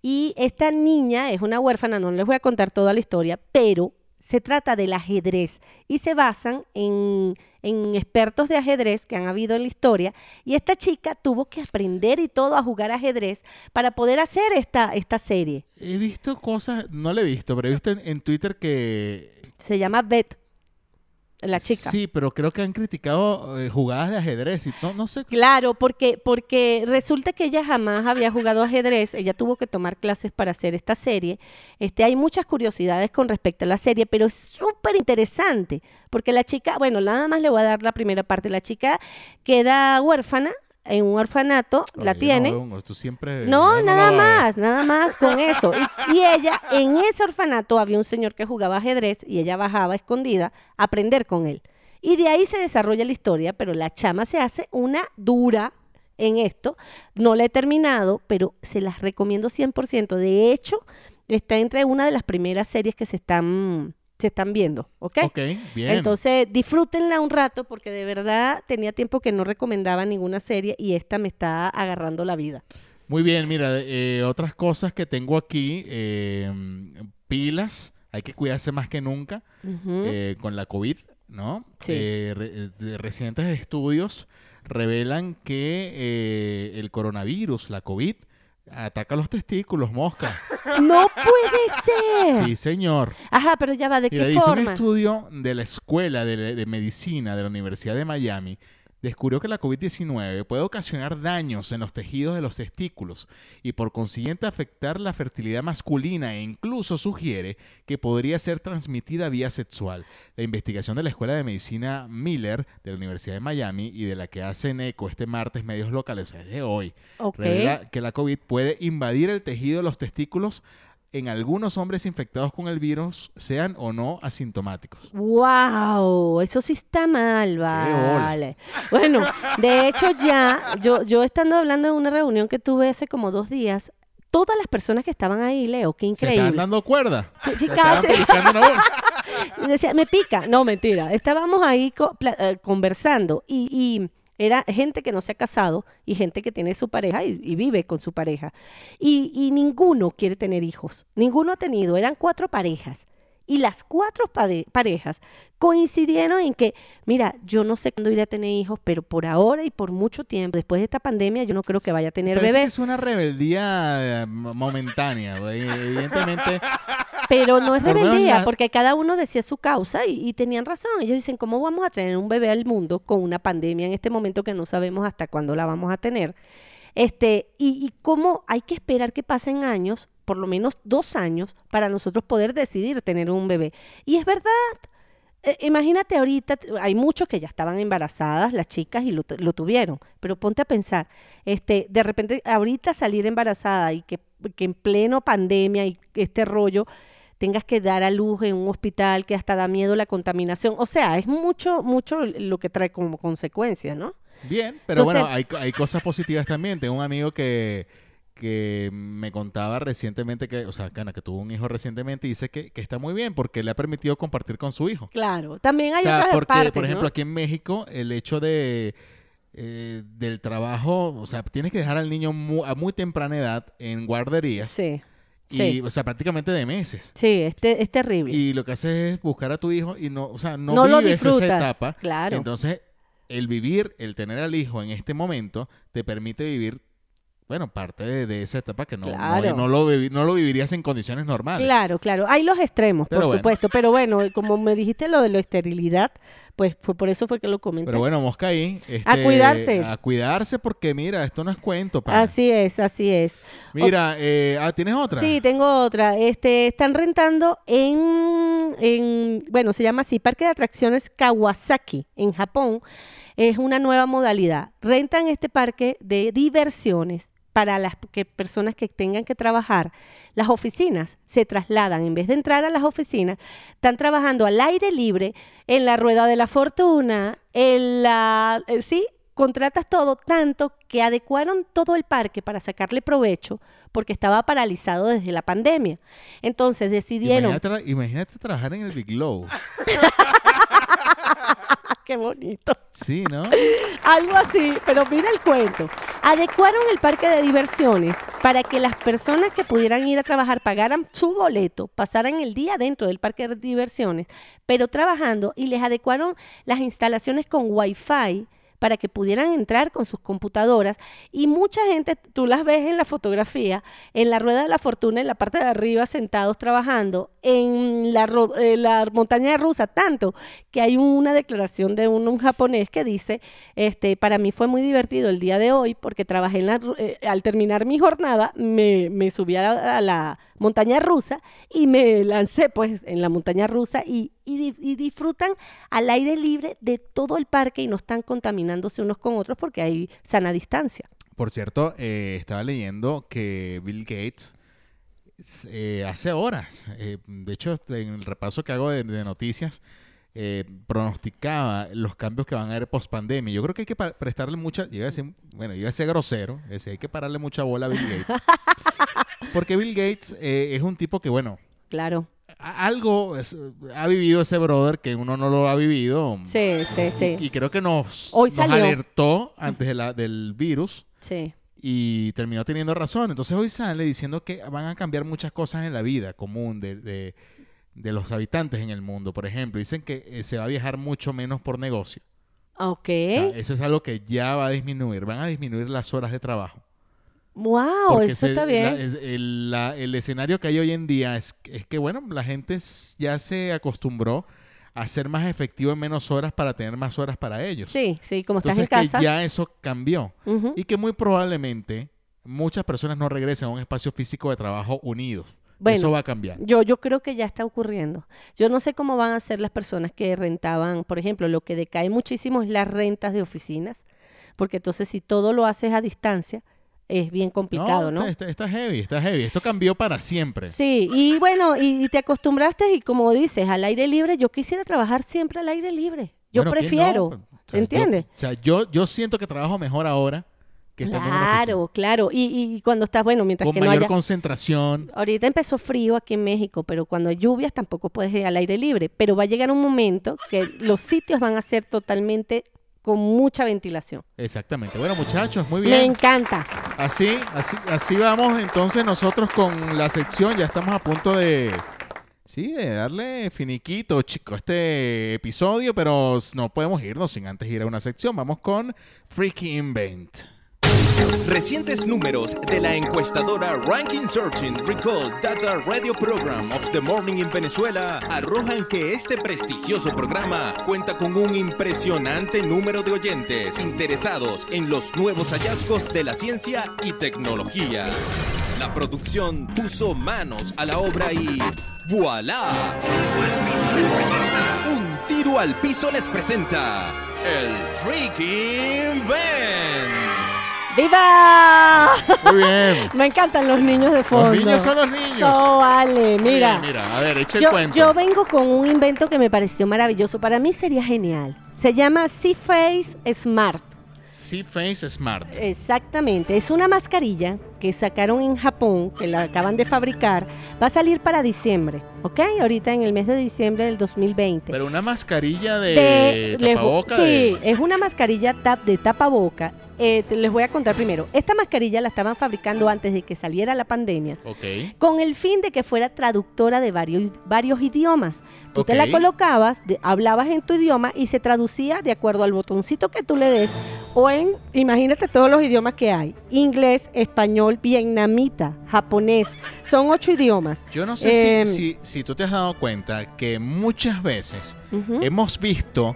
Speaker 2: Y esta niña es una huérfana, no les voy a contar toda la historia, pero se trata del ajedrez y se basan en, en expertos de ajedrez que han habido en la historia y esta chica tuvo que aprender y todo a jugar ajedrez para poder hacer esta, esta serie.
Speaker 1: He visto cosas, no le he visto, pero he visto en, en Twitter que...
Speaker 2: Se llama Beth, la chica.
Speaker 1: Sí, pero creo que han criticado eh, jugadas de ajedrez y no, no sé.
Speaker 2: Claro, porque, porque resulta que ella jamás había jugado ajedrez, ella tuvo que tomar clases para hacer esta serie. Este, hay muchas curiosidades con respecto a la serie, pero es súper interesante, porque la chica, bueno, nada más le voy a dar la primera parte, la chica queda huérfana en un orfanato, la
Speaker 1: Oye,
Speaker 2: tiene.
Speaker 1: no, Hugo, tú siempre...
Speaker 2: No,
Speaker 1: no
Speaker 2: nada
Speaker 1: lo hagas.
Speaker 2: más, nada más con eso. Y, y ella, en ese orfanato había un señor que jugaba ajedrez y ella bajaba escondida a aprender con él. Y de ahí se desarrolla la historia, pero la chama se hace una dura en esto. No la he terminado, pero se las recomiendo 100%. De hecho, está entre una de las primeras series que se están, se están viendo, ¿ok?
Speaker 1: Ok, bien.
Speaker 2: Entonces, disfrútenla un rato porque de verdad tenía tiempo que no recomendaba ninguna serie y esta me está agarrando la vida.
Speaker 1: Muy bien, mira, eh, otras cosas que tengo aquí, eh, pilas, hay que cuidarse más que nunca
Speaker 2: Ujú.
Speaker 1: eh, con la COVID, ¿no?
Speaker 2: Sí.
Speaker 1: Eh, re- eh, de recientes estudios revelan que eh, el coronavirus, la COVID, ataca los testículos, mosca.
Speaker 2: No puede ser.
Speaker 1: Sí, señor.
Speaker 2: Ajá, pero ya va, ¿de
Speaker 1: Mira,
Speaker 2: qué
Speaker 1: dice un
Speaker 2: forma?
Speaker 1: estudio de la Escuela de, de Medicina de la Universidad de Miami descubrió que la COVID-19 puede ocasionar daños en los tejidos de los testículos y por consiguiente afectar la fertilidad masculina e incluso sugiere que podría ser transmitida vía sexual. La investigación de la Escuela de Medicina Miller de la Universidad de Miami y de la que hacen eco este martes medios locales, o sea, es de hoy,
Speaker 2: Ok.
Speaker 1: revela que la COVID puede invadir el tejido de los testículos en algunos hombres infectados con el virus, sean o no asintomáticos.
Speaker 2: Wow, eso sí está mal,
Speaker 1: bola.
Speaker 2: vale. Bueno, de hecho ya, yo, yo estando hablando de una reunión que tuve hace como dos días, todas las personas que estaban ahí, Leo, qué
Speaker 1: ¿Se están
Speaker 2: increíble.
Speaker 1: dando cuerda?
Speaker 2: Sí, sí,
Speaker 1: ¿Se estaban
Speaker 2: casi.
Speaker 1: pellizcando una bola?
Speaker 2: Decía, me pica. No, mentira. Estábamos ahí co- pla- eh, conversando y, y era gente que no se ha casado y gente que tiene su pareja y, y vive con su pareja. Y, y ninguno quiere tener hijos. Ninguno ha tenido. Eran cuatro parejas. Y las cuatro pade- parejas coincidieron en que, mira, yo no sé cuándo iré a tener hijos, pero por ahora y por mucho tiempo, después de esta pandemia, yo no creo que vaya a tener
Speaker 1: Parece que
Speaker 2: bebés.
Speaker 1: es una rebeldía eh, mo- momentánea, güey. Evidentemente,
Speaker 2: Pero no es
Speaker 1: Por lo menos
Speaker 2: rebeldía,
Speaker 1: la-
Speaker 2: porque cada uno decía su causa y, y tenían razón. Ellos dicen, ¿cómo vamos a traer un bebé al mundo con una pandemia en este momento que no sabemos hasta cuándo la vamos a tener? Este, y, y cómo hay que esperar que pasen años, por lo menos dos años, para nosotros poder decidir tener un bebé. Y es verdad. Eh, imagínate ahorita, t- hay muchos que ya estaban embarazadas, las chicas, y lo, tu- lo tuvieron. Pero ponte a pensar, este, de repente ahorita salir embarazada y que, que en pleno pandemia y este rollo tengas que dar a luz en un hospital que hasta da miedo la contaminación. O sea, es mucho, mucho lo que trae como consecuencia, ¿no?
Speaker 1: bien, pero
Speaker 2: Entonces-
Speaker 1: bueno, hay, co- hay cosas positivas también. Tengo un amigo que, que me contaba recientemente que, o sea, cana, que tuvo un hijo recientemente y dice que, que está muy bien porque le ha permitido compartir con su hijo.
Speaker 2: Claro, también Ah, hay
Speaker 1: o sea,
Speaker 2: otras
Speaker 1: porque,
Speaker 2: partes,
Speaker 1: por ejemplo,
Speaker 2: ¿no?
Speaker 1: aquí en México, el hecho de eh, del trabajo, o sea, tienes que dejar al niño mu- a muy temprana edad en guarderías
Speaker 2: Sí,
Speaker 1: ¿eh? y,
Speaker 2: sí.
Speaker 1: o sea, prácticamente de meses.
Speaker 2: sí, es, te- es terrible.
Speaker 1: Y lo que haces es buscar a tu hijo y no, o sea, no,
Speaker 2: No lo
Speaker 1: vives esa
Speaker 2: disfrutas,
Speaker 1: etapa.
Speaker 2: claro.
Speaker 1: Entonces, el vivir, el tener al hijo en este momento, te permite vivir, bueno, parte de, de esa etapa que no, no-
Speaker 2: Claro.
Speaker 1: no, lo vivi- no lo vivirías en condiciones normales.
Speaker 2: Claro, claro. Hay los extremos,
Speaker 1: Pero
Speaker 2: por
Speaker 1: bueno.
Speaker 2: supuesto. Pero bueno, como me dijiste lo de la esterilidad, pues fue por eso fue que lo comenté.
Speaker 1: Pero bueno, mosca ahí.
Speaker 2: A
Speaker 1: este,
Speaker 2: cuidarse.
Speaker 1: A cuidarse porque, mira, esto no es cuento, pana.
Speaker 2: así es, así es.
Speaker 1: Mira, eh, ah, ¿tienes otra?
Speaker 2: Sí, tengo otra. Este, están rentando en, en, bueno, se llama así, Parque de Atracciones Kawasaki, en Japón. Es una nueva modalidad. Rentan este parque de diversiones para las que- personas que tengan que trabajar. Las oficinas se trasladan, en vez de entrar a las oficinas, están trabajando al aire libre, en la rueda de la fortuna, en la, eh, sí, contratas todo tanto que adecuaron todo el parque para sacarle provecho porque estaba paralizado desde la pandemia. Entonces decidieron,
Speaker 1: Imagínate, tra- imagínate trabajar en el Big Glow.
Speaker 2: ¡Ah, qué bonito!
Speaker 1: Sí, ¿no?
Speaker 2: Algo así, pero mira el cuento. Adecuaron el parque de diversiones para que las personas que pudieran ir a trabajar pagaran su boleto, pasaran el día dentro del parque de diversiones, pero trabajando y les adecuaron las instalaciones con wifi para que pudieran entrar con sus computadoras y mucha gente, tú las ves en la fotografía, en la rueda de la fortuna, en la parte de arriba, sentados trabajando, en la, ro- eh, la montaña rusa, tanto que hay una declaración de un, un japonés que dice, este, para mí fue muy divertido el día de hoy porque trabajé en la, ru- eh, al terminar mi jornada, me, me subí a la, a la montaña rusa y me lancé pues en la montaña rusa y, y di- y disfrutan al aire libre de todo el parque y no están contaminándose unos con otros porque hay sana distancia.
Speaker 1: Por cierto, eh, estaba leyendo que Bill Gates eh, hace horas, eh, de hecho en el repaso que hago de, de noticias, eh, pronosticaba los cambios que van a haber post pandemia. Yo creo que hay que pa- prestarle mucha, yo iba a decir, bueno, yo iba a ser grosero, iba a decir, hay que pararle mucha bola a Bill Gates. Porque Bill Gates eh, es un tipo que, bueno,
Speaker 2: Claro.
Speaker 1: a- algo es- ha vivido ese brother que uno no lo ha vivido.
Speaker 2: Sí, sí, sí.
Speaker 1: Mm. Y creo que nos,
Speaker 2: Hoy
Speaker 1: nos
Speaker 2: salió.
Speaker 1: alertó antes de la- del virus
Speaker 2: Sí.
Speaker 1: y terminó teniendo razón. Entonces hoy sale diciendo que van a cambiar muchas cosas en la vida común de, de- de los habitantes en el mundo. Por ejemplo, dicen que eh, se va a viajar mucho menos por negocio.
Speaker 2: Ok.
Speaker 1: O sea, eso es algo que ya va a disminuir. Van a disminuir las horas de trabajo.
Speaker 2: wow,
Speaker 1: Porque
Speaker 2: eso
Speaker 1: se-
Speaker 2: está bien.
Speaker 1: la- eh, es- el, la- el escenario que hay hoy en día es, es que, bueno, la gente s- ya se acostumbró hacer más efectivo en menos horas para tener más horas para ellos.
Speaker 2: Sí, sí, como estás
Speaker 1: Entonces
Speaker 2: en casa.
Speaker 1: que ya eso cambió
Speaker 2: Ujú.
Speaker 1: y que muy probablemente muchas personas no regresen a un espacio físico de trabajo unidos.
Speaker 2: Bueno.
Speaker 1: eso va a cambiar.
Speaker 2: Yo, yo creo que ya está ocurriendo. Yo no sé cómo van a ser las personas que rentaban, por ejemplo, lo que decae muchísimo es las rentas de oficinas, porque entonces si todo lo haces a distancia, es bien complicado, ¿no?
Speaker 1: Está, está- está heavy, está heavy. Esto cambió para siempre.
Speaker 2: Sí, y bueno, y, y te acostumbraste y como dices, al aire libre, yo quisiera trabajar siempre al aire libre. Yo
Speaker 1: Bueno, ¿quién
Speaker 2: prefiero,
Speaker 1: no? Pues, O sea,
Speaker 2: ¿entiendes?
Speaker 1: yo- o sea, yo, yo siento que trabajo mejor ahora que estando en una oficina.
Speaker 2: Claro, claro. Y, y- y cuando estás, bueno, mientras
Speaker 1: Con
Speaker 2: que no
Speaker 1: mayor
Speaker 2: haya...
Speaker 1: concentración.
Speaker 2: Ahorita empezó frío aquí en México, pero cuando hay lluvias tampoco puedes ir al aire libre. Pero va a llegar un momento que los sitios van a ser totalmente con mucha ventilación.
Speaker 1: Exactamente. Bueno, muchachos, muy
Speaker 2: Me
Speaker 1: bien.
Speaker 2: encanta.
Speaker 1: Así, así, así vamos entonces nosotros con la sección. Ya estamos a punto de. Sí, de darle finiquito, chico, a este episodio, pero no podemos irnos sin antes ir a una sección. Vamos con Freaky Invent.
Speaker 5: Recientes números de la encuestadora Ranking Searching Recall Data Radio Program of the Morning in Venezuela arrojan que este prestigioso programa cuenta con un impresionante número de oyentes interesados en los nuevos hallazgos de la ciencia y tecnología. La producción puso manos a la obra y ¡voilà! Un tiro al piso les presenta el Freaking Vent.
Speaker 2: ¡Viva!
Speaker 1: Muy bien.
Speaker 2: Me encantan los niños de fondo.
Speaker 1: Los niños son los niños.
Speaker 2: No, vale, mira.
Speaker 1: Bien, mira, a ver, eche el
Speaker 2: Yo,
Speaker 1: cuento.
Speaker 2: yo vengo con un invento que me pareció maravilloso. Para mí sería genial. Se llama Seaface Smart.
Speaker 1: Sí, Face Smart.
Speaker 2: Este. Exactamente, es una mascarilla que sacaron en Japón, que la acaban de fabricar, va a salir para diciembre, ¿ok? Ahorita en el mes de diciembre del 2020.
Speaker 1: Pero una mascarilla
Speaker 2: Te-
Speaker 1: de,
Speaker 2: les-
Speaker 1: tapaboca
Speaker 2: sí,
Speaker 1: de-
Speaker 2: es una mascarilla tap de tapaboca. Eh, te- les voy a contar primero, esta mascarilla la estaban fabricando antes de que saliera la pandemia
Speaker 1: Ok.
Speaker 2: con el fin de que fuera traductora de varios, varios idiomas. Tú te la
Speaker 1: Ok.
Speaker 2: colocabas, de- hablabas en tu idioma y se traducía de acuerdo al botoncito que tú le des o en, imagínate todos los idiomas que hay, inglés, español, vietnamita, japonés, son ocho idiomas.
Speaker 1: Yo no sé
Speaker 2: Em,
Speaker 1: si, si, si tú te has dado cuenta que muchas veces
Speaker 2: Ujú.
Speaker 1: hemos visto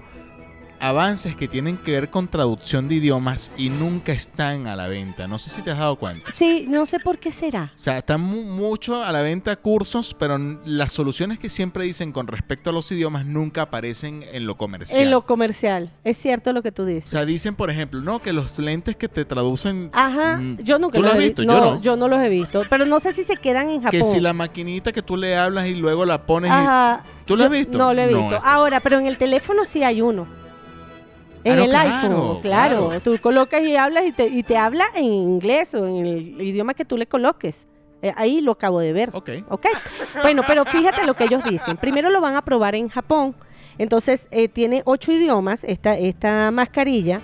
Speaker 1: avances que tienen que ver con traducción de idiomas y nunca están a la venta. No sé si te has dado cuenta.
Speaker 2: Sí, no sé por qué será.
Speaker 1: O sea, están mu- mucho a la venta cursos, pero n- las soluciones que siempre dicen con respecto a los idiomas nunca aparecen en lo comercial.
Speaker 2: En lo comercial, es cierto lo que tú
Speaker 1: O
Speaker 2: dices.
Speaker 1: sea, dicen, por ejemplo, no, que los lentes que te traducen.
Speaker 2: Ajá,
Speaker 1: Mm,
Speaker 2: yo nunca
Speaker 1: ¿tú lo
Speaker 2: los
Speaker 1: has
Speaker 2: he vi-
Speaker 1: visto? Yo
Speaker 2: No,
Speaker 1: no.
Speaker 2: yo no los he visto, pero no sé si se quedan en Japón.
Speaker 1: Que si la maquinita que tú le hablas y luego la pones. y-
Speaker 2: Ajá.
Speaker 1: ¿Tú lo has
Speaker 2: Yo-
Speaker 1: visto?
Speaker 2: No lo he
Speaker 1: No,
Speaker 2: visto.
Speaker 1: es-
Speaker 2: Ahora, pero en el teléfono sí hay uno. En
Speaker 1: Ah, no,
Speaker 2: el
Speaker 1: claro,
Speaker 2: iPhone, claro.
Speaker 1: claro.
Speaker 2: Tú colocas y hablas y te, y te habla en inglés o en el idioma que tú le coloques. Eh, ahí lo acabo de ver.
Speaker 1: Ok.
Speaker 2: Ok. Bueno, pero fíjate lo que ellos dicen. Primero lo van a probar en Japón. Entonces, eh, tiene ocho idiomas esta, esta mascarilla.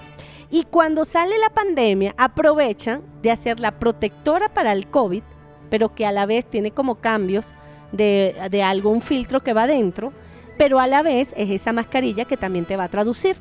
Speaker 2: Y cuando sale la pandemia, aprovechan de hacerla protectora para el COVID, pero que a la vez tiene como cambios de, de algún filtro que va adentro, pero a la vez es esa mascarilla que también te va a traducir.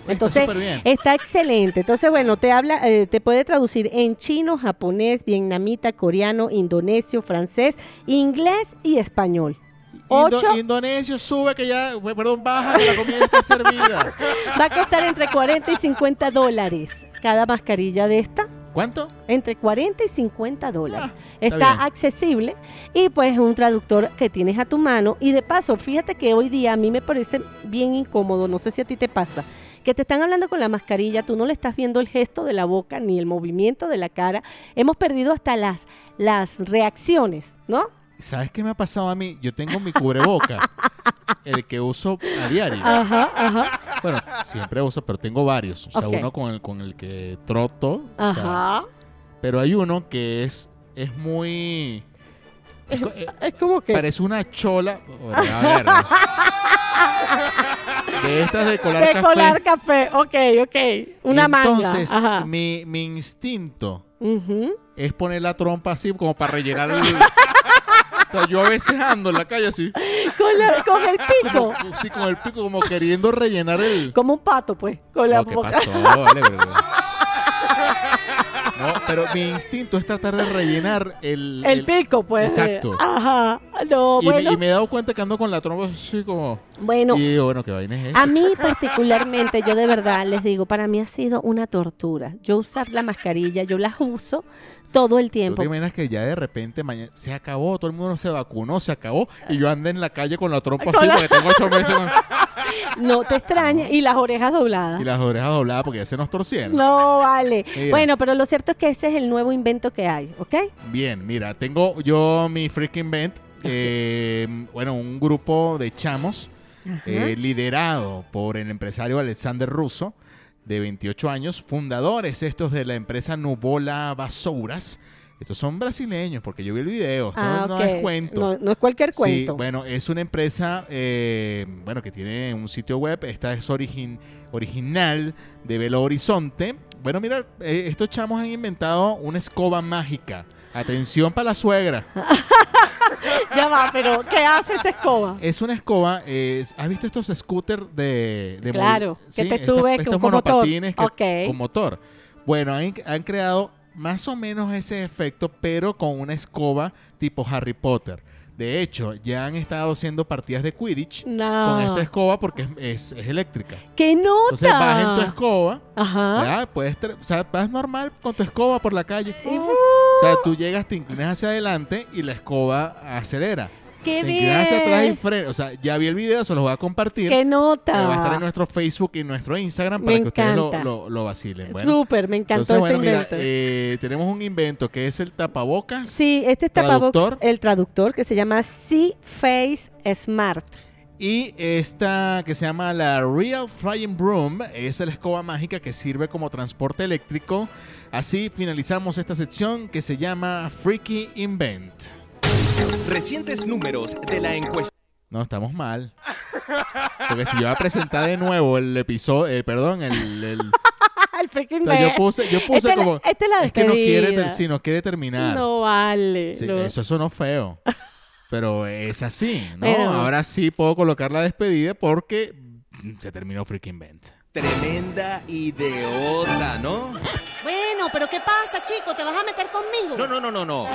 Speaker 1: Está
Speaker 2: Entonces,
Speaker 1: superbién.
Speaker 2: Está excelente. Entonces, bueno, te habla, eh, te puede traducir en chino, japonés, vietnamita, coreano, indonesio, francés, inglés y español.
Speaker 1: Indo-
Speaker 2: ocho-
Speaker 1: Indonesio sube que ya, perdón, baja que la comida está servida.
Speaker 2: Va a costar entre 40 y 50 dólares cada mascarilla de esta.
Speaker 1: ¿Cuánto?
Speaker 2: Entre 40 y 50 dólares.
Speaker 1: Ah,
Speaker 2: está
Speaker 1: bien.
Speaker 2: accesible y pues es un traductor que tienes a tu mano. Y de paso, fíjate que hoy día a mí me parece bien incómodo, no sé si a ti te pasa, que te están hablando con la mascarilla, tú no le estás viendo el gesto de la boca ni el movimiento de la cara. Hemos perdido hasta las, las reacciones, ¿no?
Speaker 1: ¿Sabes qué me ha pasado a mí? Yo tengo mi cubreboca, el que uso a diario.
Speaker 2: Ajá, ajá,
Speaker 1: Bueno, siempre uso, pero tengo varios. O sea,
Speaker 2: Ok.
Speaker 1: uno con el, con el que troto. o sea,
Speaker 2: ajá.
Speaker 1: pero hay uno que es, es muy... es co- eh,
Speaker 2: Es como que...
Speaker 1: Parece una chola. Bueno, a ver. De estas de colar
Speaker 2: de
Speaker 1: café.
Speaker 2: colar café, ok, ok. Una
Speaker 1: Entonces, mm.
Speaker 2: manga. Ajá.
Speaker 1: mi, mi instinto
Speaker 2: Ujú.
Speaker 1: es poner la trompa así como para rellenar el... O sea, yo a veces ando en la calle así,
Speaker 2: con, la- con el pico.
Speaker 1: así con el pico, como queriendo rellenar el...
Speaker 2: Como un pato, pues. Con la
Speaker 1: No, ¿qué
Speaker 2: boca.
Speaker 1: pasó? Vale, pero... No, pero mi instinto es tratar de rellenar el...
Speaker 2: El pico, pues.
Speaker 1: Exacto.
Speaker 2: Ajá, No,
Speaker 1: Y me-
Speaker 2: bueno.
Speaker 1: Y, me, he dado cuenta que ando con la trompa así como...
Speaker 2: Bueno.
Speaker 1: Y digo, bueno, qué vaina es esta.
Speaker 2: A mí particularmente, yo de verdad les digo, para mí ha sido una tortura. Yo usar la mascarilla, yo las uso todo el
Speaker 1: ¿Tú
Speaker 2: tiempo.
Speaker 1: te imaginas que ya de repente mañana se acabó, todo el mundo se vacunó, se acabó y yo andé en la calle con la trompa así
Speaker 2: Con la-
Speaker 1: porque tengo ocho meses con-
Speaker 2: No te extraña y las orejas dobladas.
Speaker 1: y las orejas dobladas porque ya se nos torcieron.
Speaker 2: No vale.
Speaker 1: Mira.
Speaker 2: Bueno, pero lo cierto es que ese es el nuevo invento que hay, ¿ok?
Speaker 1: Bien, mira, tengo yo mi freaking vent, eh, bueno, un grupo de chamos eh, liderado por el empresario Alexander Russo, de 28 años, fundadores estos de la empresa Nubola Basouras. Estos son brasileños, porque yo vi el video, esto
Speaker 2: Ah,
Speaker 1: no
Speaker 2: ok.
Speaker 1: es cuento.
Speaker 2: No, no es cualquier cuento.
Speaker 1: Sí, bueno, es una empresa, eh, bueno, que tiene un sitio web. Esta es origin, original de Belo Horizonte. Bueno, mira, eh, estos chamos han inventado una escoba mágica. Atención para la suegra.
Speaker 2: Ya va, pero ¿qué hace esa escoba?
Speaker 1: Es una escoba. es- ¿Has visto estos scooters de, de movi-
Speaker 2: Claro, que te
Speaker 1: estos-
Speaker 2: sube
Speaker 1: estos
Speaker 2: con- con motor.
Speaker 1: monopatines que-
Speaker 2: Ok.
Speaker 1: con motor. Bueno, han, han creado más o menos ese efecto, pero con una escoba tipo Harry Potter. De hecho, ya han estado haciendo partidas de Quidditch con
Speaker 2: No.
Speaker 1: esta escoba porque es, es- es eléctrica.
Speaker 2: ¡Qué nota!
Speaker 1: Entonces vas en tu escoba,
Speaker 2: Ajá.
Speaker 1: ¿verdad? Puedes tra- o sea, vas normal con tu escoba por la calle.
Speaker 2: Ah. Y-
Speaker 1: O sea, tú llegas, te inclinas hacia adelante y la escoba acelera.
Speaker 2: ¡Qué
Speaker 1: te inclinas hacia atrás y
Speaker 2: bien!
Speaker 1: frena. O sea, ya vi el video, se los voy a compartir.
Speaker 2: ¡Qué
Speaker 1: Eh, Va a estar en
Speaker 2: nota!
Speaker 1: nuestro Facebook y en nuestro Instagram
Speaker 2: Me
Speaker 1: para que ustedes lo,
Speaker 2: encanta.
Speaker 1: lo- lo vacilen. Bueno,
Speaker 2: Súper, me encantó
Speaker 1: entonces, bueno,
Speaker 2: ese
Speaker 1: mira,
Speaker 2: invento.
Speaker 1: eh, tenemos un invento que es el tapabocas.
Speaker 2: Sí, este es tapabocas-
Speaker 1: ¿Traductor?
Speaker 2: el traductor que se llama C-Face Smart.
Speaker 1: Y esta que se llama la Real Flying Broom es la escoba mágica que sirve como transporte eléctrico. Así finalizamos esta sección que se llama Freaky Invent.
Speaker 5: Recientes números de la encuesta.
Speaker 1: No, estamos mal. Porque si yo voy a presentar de nuevo el episodio, eh, perdón, el, el- o
Speaker 2: el freaking
Speaker 1: sea, yo
Speaker 2: invento.
Speaker 1: puse, yo puse
Speaker 2: Esta es la-
Speaker 1: como
Speaker 2: esta es la
Speaker 1: que no quiere,
Speaker 2: despedida.
Speaker 1: ter- sí, no quiere terminar.
Speaker 2: No vale.
Speaker 1: Sí,
Speaker 2: no.
Speaker 1: Eso sonó feo. Pero es así, ¿no?
Speaker 2: Pero-
Speaker 1: Ahora sí puedo colocar la despedida porque se terminó Freaky Invent.
Speaker 5: Tremenda idiota, ¿no?
Speaker 6: Bueno, pero ¿qué pasa, chico? ¿Te vas a meter conmigo?
Speaker 5: No, no, no, no, no.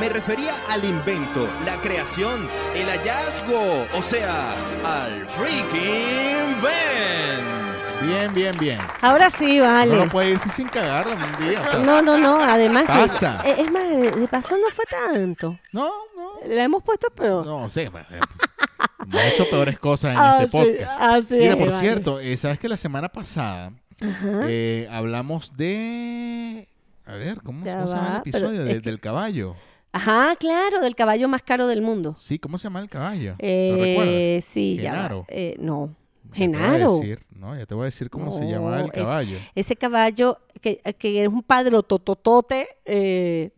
Speaker 5: Me refería al invento, la creación, el hallazgo, o sea, al freaking invent.
Speaker 1: Bien, bien, bien.
Speaker 2: Ahora sí, vale.
Speaker 1: No puede irse sin cagarla un día. o sea,
Speaker 2: No, no, no, además que-
Speaker 1: Pasa.
Speaker 2: Eh, es más, de, de paso no fue tanto.
Speaker 1: no, no.
Speaker 2: La hemos puesto peor.
Speaker 1: No, sé. bueno, Hemos hecho peores cosas en
Speaker 2: Ah,
Speaker 1: este
Speaker 2: sí,
Speaker 1: podcast.
Speaker 2: así
Speaker 1: Mira,
Speaker 2: es,
Speaker 1: por
Speaker 2: vale.
Speaker 1: cierto, eh, sabes que la semana pasada eh, hablamos de. A ver, ¿cómo,
Speaker 2: Ya
Speaker 1: cómo se llama el
Speaker 2: va, pero
Speaker 1: episodio?
Speaker 2: es
Speaker 1: De-
Speaker 2: que-
Speaker 1: Del caballo.
Speaker 2: Ajá, claro, del caballo más caro del mundo.
Speaker 1: Sí, ¿cómo se llama el caballo? ¿Lo
Speaker 2: Eh,
Speaker 1: recuerdas?
Speaker 2: sí,
Speaker 1: Genaro.
Speaker 2: ya. va. Eh, no,
Speaker 1: Ya te voy a
Speaker 2: Genaro.
Speaker 1: decir, no, ya te voy a decir cómo se
Speaker 2: No,
Speaker 1: llamaba el
Speaker 2: es-
Speaker 1: caballo.
Speaker 2: Ese caballo que, que es un padrotototote. Eh,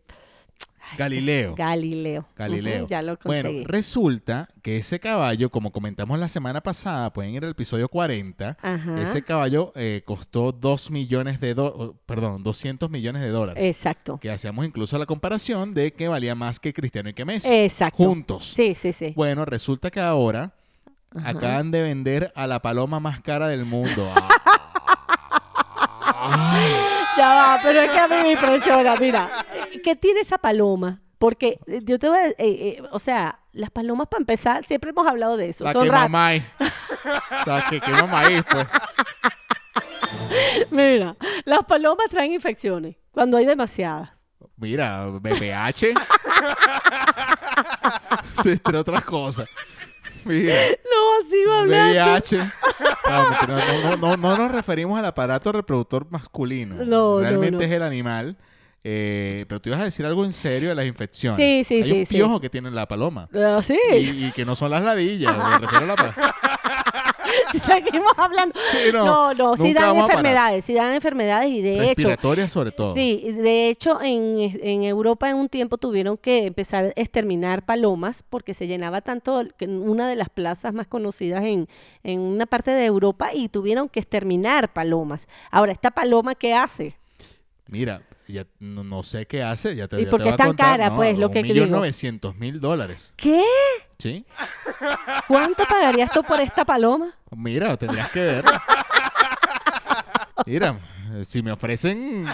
Speaker 1: Galileo.
Speaker 2: Galileo.
Speaker 1: Galileo.
Speaker 2: Ujú, ya lo conseguí.
Speaker 1: bueno, resulta que ese caballo, como comentamos la semana pasada, pueden ir al episodio 40,
Speaker 2: Ajá.
Speaker 1: ese caballo eh, costó 2 millones de dólares, perdón, 200 millones de dólares.
Speaker 2: Exacto.
Speaker 1: Que hacíamos incluso la comparación de que valía más que Cristiano y que Messi.
Speaker 2: Exacto.
Speaker 1: Juntos.
Speaker 2: Sí, sí, sí.
Speaker 1: Bueno, resulta que ahora acaban de vender a la paloma más cara del mundo. Ah,
Speaker 2: Ya va, pero es que a mí me impresiona. Mira, Eh, ¿qué tiene esa paloma? Porque eh, yo te voy a. eh, eh, o sea, las palomas, para empezar, siempre hemos hablado de eso.
Speaker 1: la
Speaker 2: Son
Speaker 1: que
Speaker 2: ratas.
Speaker 1: mamá es. O sea, que, que mamá es, pues.
Speaker 2: Mira, las palomas traen infecciones cuando hay demasiadas.
Speaker 1: Mira, BPH. Sí, Entre otras cosas. Mira,
Speaker 2: No, así va a hablar.
Speaker 1: VIH. No, mentira, No, no, no, no nos referimos al aparato reproductor masculino.
Speaker 2: No, no,
Speaker 1: Realmente
Speaker 2: no.
Speaker 1: es el animal. Eh, pero tú ibas a decir algo en serio de las infecciones.
Speaker 2: Sí, sí,
Speaker 1: Hay
Speaker 2: sí,
Speaker 1: un
Speaker 2: sí.
Speaker 1: piojo que tiene la paloma.
Speaker 2: Así.
Speaker 1: Y, y que no son las ladillas. Me refiero a la paloma.
Speaker 2: Seguimos hablando.
Speaker 1: Sí, no,
Speaker 2: no, no, sí
Speaker 1: nunca
Speaker 2: dan
Speaker 1: vamos a parar.
Speaker 2: enfermedades, sí dan enfermedades y de hecho.
Speaker 1: Respiratorias sobre todo.
Speaker 2: Sí, de hecho en, en Europa en un tiempo tuvieron que empezar a exterminar palomas porque se llenaba tanto el- que en una de las plazas más conocidas en, en una parte de Europa y tuvieron que exterminar palomas. Ahora, ¿esta paloma qué hace?
Speaker 1: Mira, ya no, no sé qué hace. Ya te,
Speaker 2: ¿Y
Speaker 1: ya
Speaker 2: por
Speaker 1: te voy
Speaker 2: qué
Speaker 1: a
Speaker 2: es tan
Speaker 1: contar,
Speaker 2: cara,
Speaker 1: ¿no?
Speaker 2: pues, lo
Speaker 1: Un
Speaker 2: que
Speaker 1: millón
Speaker 2: digo?
Speaker 1: novecientos mil dólares.
Speaker 2: ¿Qué?
Speaker 1: ¿Sí?
Speaker 2: ¿Cuánto pagarías tú por esta paloma?
Speaker 1: Mira, tendrías que ver. Mira, eh, si me ofrecen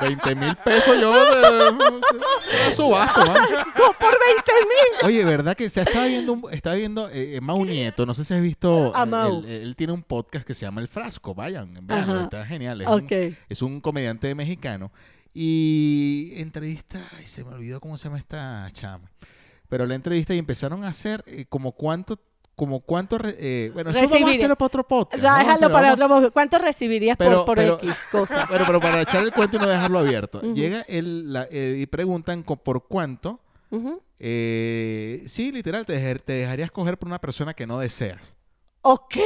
Speaker 1: 20 mil pesos, yo eh, eh, subasto, man.
Speaker 2: por 20 mil.
Speaker 1: Oye, ¿verdad que se estaba viendo, un- estaba viendo eh, eh, Mau Nieto? No sé si has visto.
Speaker 2: A
Speaker 1: eh,
Speaker 2: Mau.
Speaker 1: Él, él tiene un podcast que se llama El Frasco. Vayan, vean,
Speaker 2: Ajá.
Speaker 1: está genial. Es, un,
Speaker 2: Ok.
Speaker 1: es un comediante mexicano. Y entrevista. Ay, se me olvidó cómo se llama esta chama. Pero la entrevista y empezaron a hacer eh, como cuánto. Como cuánto re- eh, bueno, eso vamos a
Speaker 2: Recibir.
Speaker 1: hacerlo para otro podcast. ¿no? Se
Speaker 2: Déjalo
Speaker 1: lo
Speaker 2: para
Speaker 1: vamos-
Speaker 2: otro momento. ¿Cuánto recibirías por-
Speaker 1: Pero-
Speaker 2: por,
Speaker 1: pero-
Speaker 2: X cosa?
Speaker 1: Bueno, pero para echar el cuento y no dejarlo abierto. Llega el, la- el- y preguntan co- por cuánto
Speaker 2: Ujú.
Speaker 1: eh, sí, literal, te, dejar- te dejarías coger por una persona que no deseas.
Speaker 2: Ok,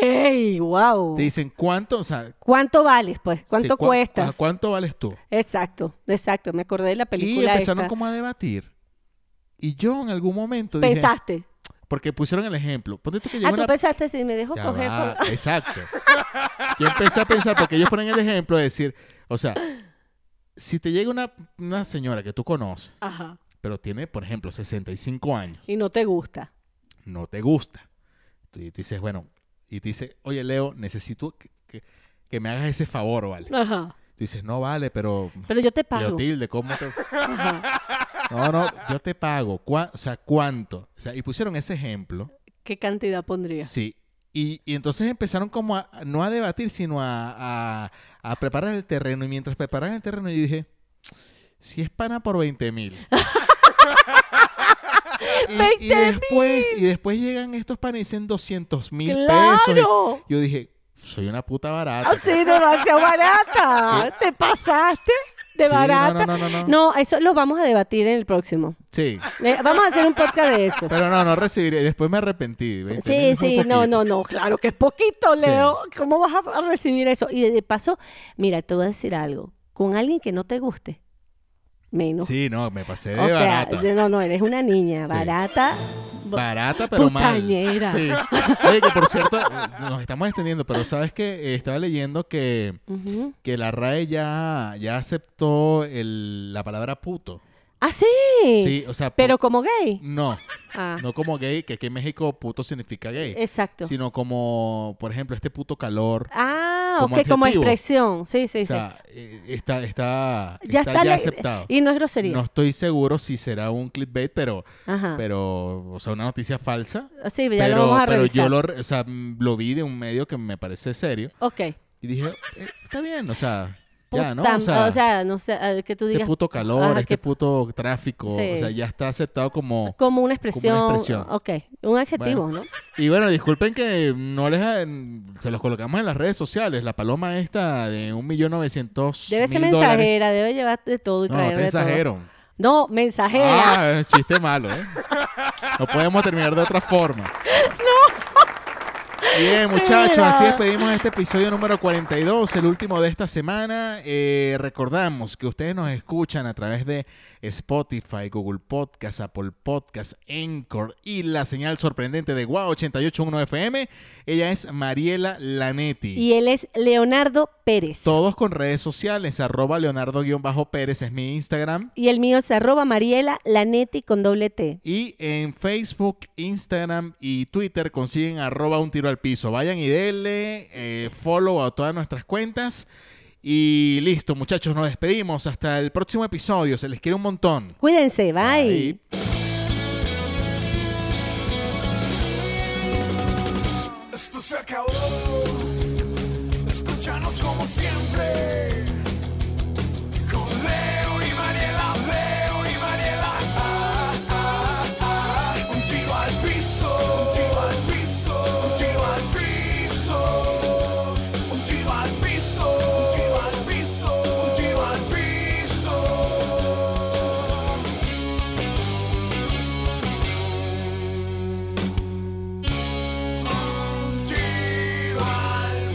Speaker 2: wow.
Speaker 1: Te dicen cuánto, o sea,
Speaker 2: ¿Cuánto vales, pues?
Speaker 1: sí,
Speaker 2: ¿Cuánto
Speaker 1: cua-
Speaker 2: cuestas?
Speaker 1: ajá, ¿Cuánto vales tú?
Speaker 2: Exacto, exacto. Me acordé de la
Speaker 1: Y
Speaker 2: película
Speaker 1: empezaron
Speaker 2: esta.
Speaker 1: como a debatir. Y yo en algún momento dije,
Speaker 2: Pensaste.
Speaker 1: porque pusieron el ejemplo, ponte tú que llegó
Speaker 2: Ah, tú
Speaker 1: una...
Speaker 2: pensaste si me dejo
Speaker 1: Ya
Speaker 2: coger
Speaker 1: va,
Speaker 2: por-
Speaker 1: Exacto. Yo empecé a pensar, porque ellos ponen el ejemplo de decir, o sea, si te llega una, una señora que tú conoces,
Speaker 2: Ajá.
Speaker 1: pero tiene, por ejemplo, 65 años,
Speaker 2: Y no te gusta.
Speaker 1: no te gusta. Y tú dices, bueno, y te dice, oye Leo, necesito que, que- que me hagas ese favor, ¿vale?
Speaker 2: Ajá.
Speaker 1: Tú dices, no vale, pero...
Speaker 2: Pero yo te pago.
Speaker 1: Leotilde, ¿cómo te...?
Speaker 2: Ajá.
Speaker 1: No, no, yo te pago. ¿Cuá- O sea, ¿cuánto? O sea, y pusieron ese ejemplo.
Speaker 2: ¿Qué cantidad pondrías?
Speaker 1: Sí. Y, y entonces empezaron como a, a- no a debatir, sino a, a- a preparar el terreno. Y mientras preparaban el terreno, yo dije, si es pana por 20 mil. y, y después, y después llegan estos panes y dicen 200 mil pesos.
Speaker 2: ¡Claro!
Speaker 1: Yo dije, soy una puta barata.
Speaker 2: Ah, Sí, demasiado barata. ¿Te pasaste de
Speaker 1: Sí, no,
Speaker 2: barata?
Speaker 1: no, no, no, no.
Speaker 2: eso lo vamos a debatir en el próximo.
Speaker 1: Sí.
Speaker 2: Eh, vamos a hacer un podcast de eso.
Speaker 1: Pero no, no recibiré. Después me arrepentí. 20
Speaker 2: Sí,
Speaker 1: mil fue
Speaker 2: sí, no,
Speaker 1: poquito.
Speaker 2: no, no, claro que es poquito,
Speaker 1: Sí.
Speaker 2: Leo. ¿Cómo vas a a recibir eso? Y de- de paso, mira, te voy a decir algo. Con alguien que no te guste, menos.
Speaker 1: Sí, no, me pasé de
Speaker 2: o sea,
Speaker 1: barata.
Speaker 2: de- no, no, eres una niña
Speaker 1: Sí.
Speaker 2: barata.
Speaker 1: Barata, pero mal.
Speaker 2: Putañera.
Speaker 1: Sí. Oye, que por cierto, nos estamos extendiendo, pero sabes que estaba leyendo que,
Speaker 2: Ujú.
Speaker 1: que la RAE ya, ya aceptó el- la palabra puto.
Speaker 2: Ah, sí.
Speaker 1: Sí, o sea, pu-
Speaker 2: Pero como gay.
Speaker 1: no,
Speaker 2: Ah,
Speaker 1: no como gay, que aquí en México puto significa gay,
Speaker 2: exacto.
Speaker 1: sino como, por ejemplo, este puto calor.
Speaker 2: Ah,
Speaker 1: como
Speaker 2: ok, como
Speaker 1: adjetivo.
Speaker 2: expresión. Sí, sí,
Speaker 1: o sea, eh, está, está,
Speaker 2: sí. Ya
Speaker 1: está
Speaker 2: está,
Speaker 1: ya
Speaker 2: le-
Speaker 1: aceptado.
Speaker 2: Y no es grosería.
Speaker 1: No estoy seguro si será un clickbait, pero,
Speaker 2: Ajá.
Speaker 1: pero, o sea, una noticia falsa.
Speaker 2: sí, pues ya
Speaker 1: pero,
Speaker 2: lo vamos a
Speaker 1: pero
Speaker 2: revisar.
Speaker 1: yo lo, re- o sea, mm, lo vi de un medio que me parece serio
Speaker 2: Ok.
Speaker 1: y dije, eh, está bien, o sea, ya,
Speaker 2: Puta,
Speaker 1: ¿no? O sea,
Speaker 2: no sé, eh, que tú
Speaker 1: este
Speaker 2: digas.
Speaker 1: puto calor,
Speaker 2: Ajá,
Speaker 1: este
Speaker 2: que-
Speaker 1: puto tráfico,
Speaker 2: Sí.
Speaker 1: o sea, ya está aceptado como...
Speaker 2: Como una expresión.
Speaker 1: expresión.
Speaker 2: Ok, un adjetivo,
Speaker 1: Bueno.
Speaker 2: ¿no?
Speaker 1: Y bueno, disculpen que no les... ha- Se los colocamos en las redes sociales. La paloma esta de 1.900.000
Speaker 2: Debe ser
Speaker 1: dólares.
Speaker 2: mensajera, debe llevar de todo y
Speaker 1: No, no
Speaker 2: traer
Speaker 1: te
Speaker 2: de todo.
Speaker 1: exagero.
Speaker 2: No, mensajera.
Speaker 1: Ah, es un chiste malo, ¿eh? No podemos terminar de otra forma. No. Bien, muchachos, así despedimos este episodio número 42, el último de esta semana. Eh, recordamos que ustedes nos escuchan a través de Spotify, Google Podcast, Apple Podcast, Anchor y la señal sorprendente de Guau 881 FM. Ella es Mariela Lanetti.
Speaker 2: Y él es Leonardo Pérez.
Speaker 1: Todos con redes sociales, arroba Leonardo-Pérez es mi Instagram.
Speaker 2: Y el mío es arroba Mariela Lanetti con doble T.
Speaker 1: Y en Facebook, Instagram y Twitter consiguen arroba un tiro al piso. Vayan y denle eh, follow a todas nuestras cuentas. Y listo, muchachos, nos despedimos. Hasta el próximo episodio. Se les quiere un montón.
Speaker 2: Cuídense, bye.
Speaker 1: Bye.
Speaker 7: Esto se acabó. Escúchanos como siempre. Con Leo y Mariela, Leo y Mariela. Ah, ah, ah. Un tiro al piso. Un tiro al piso. Un tiro al piso. Un tiro al piso. Un tiro al piso. Un tiro al piso. Un tiro al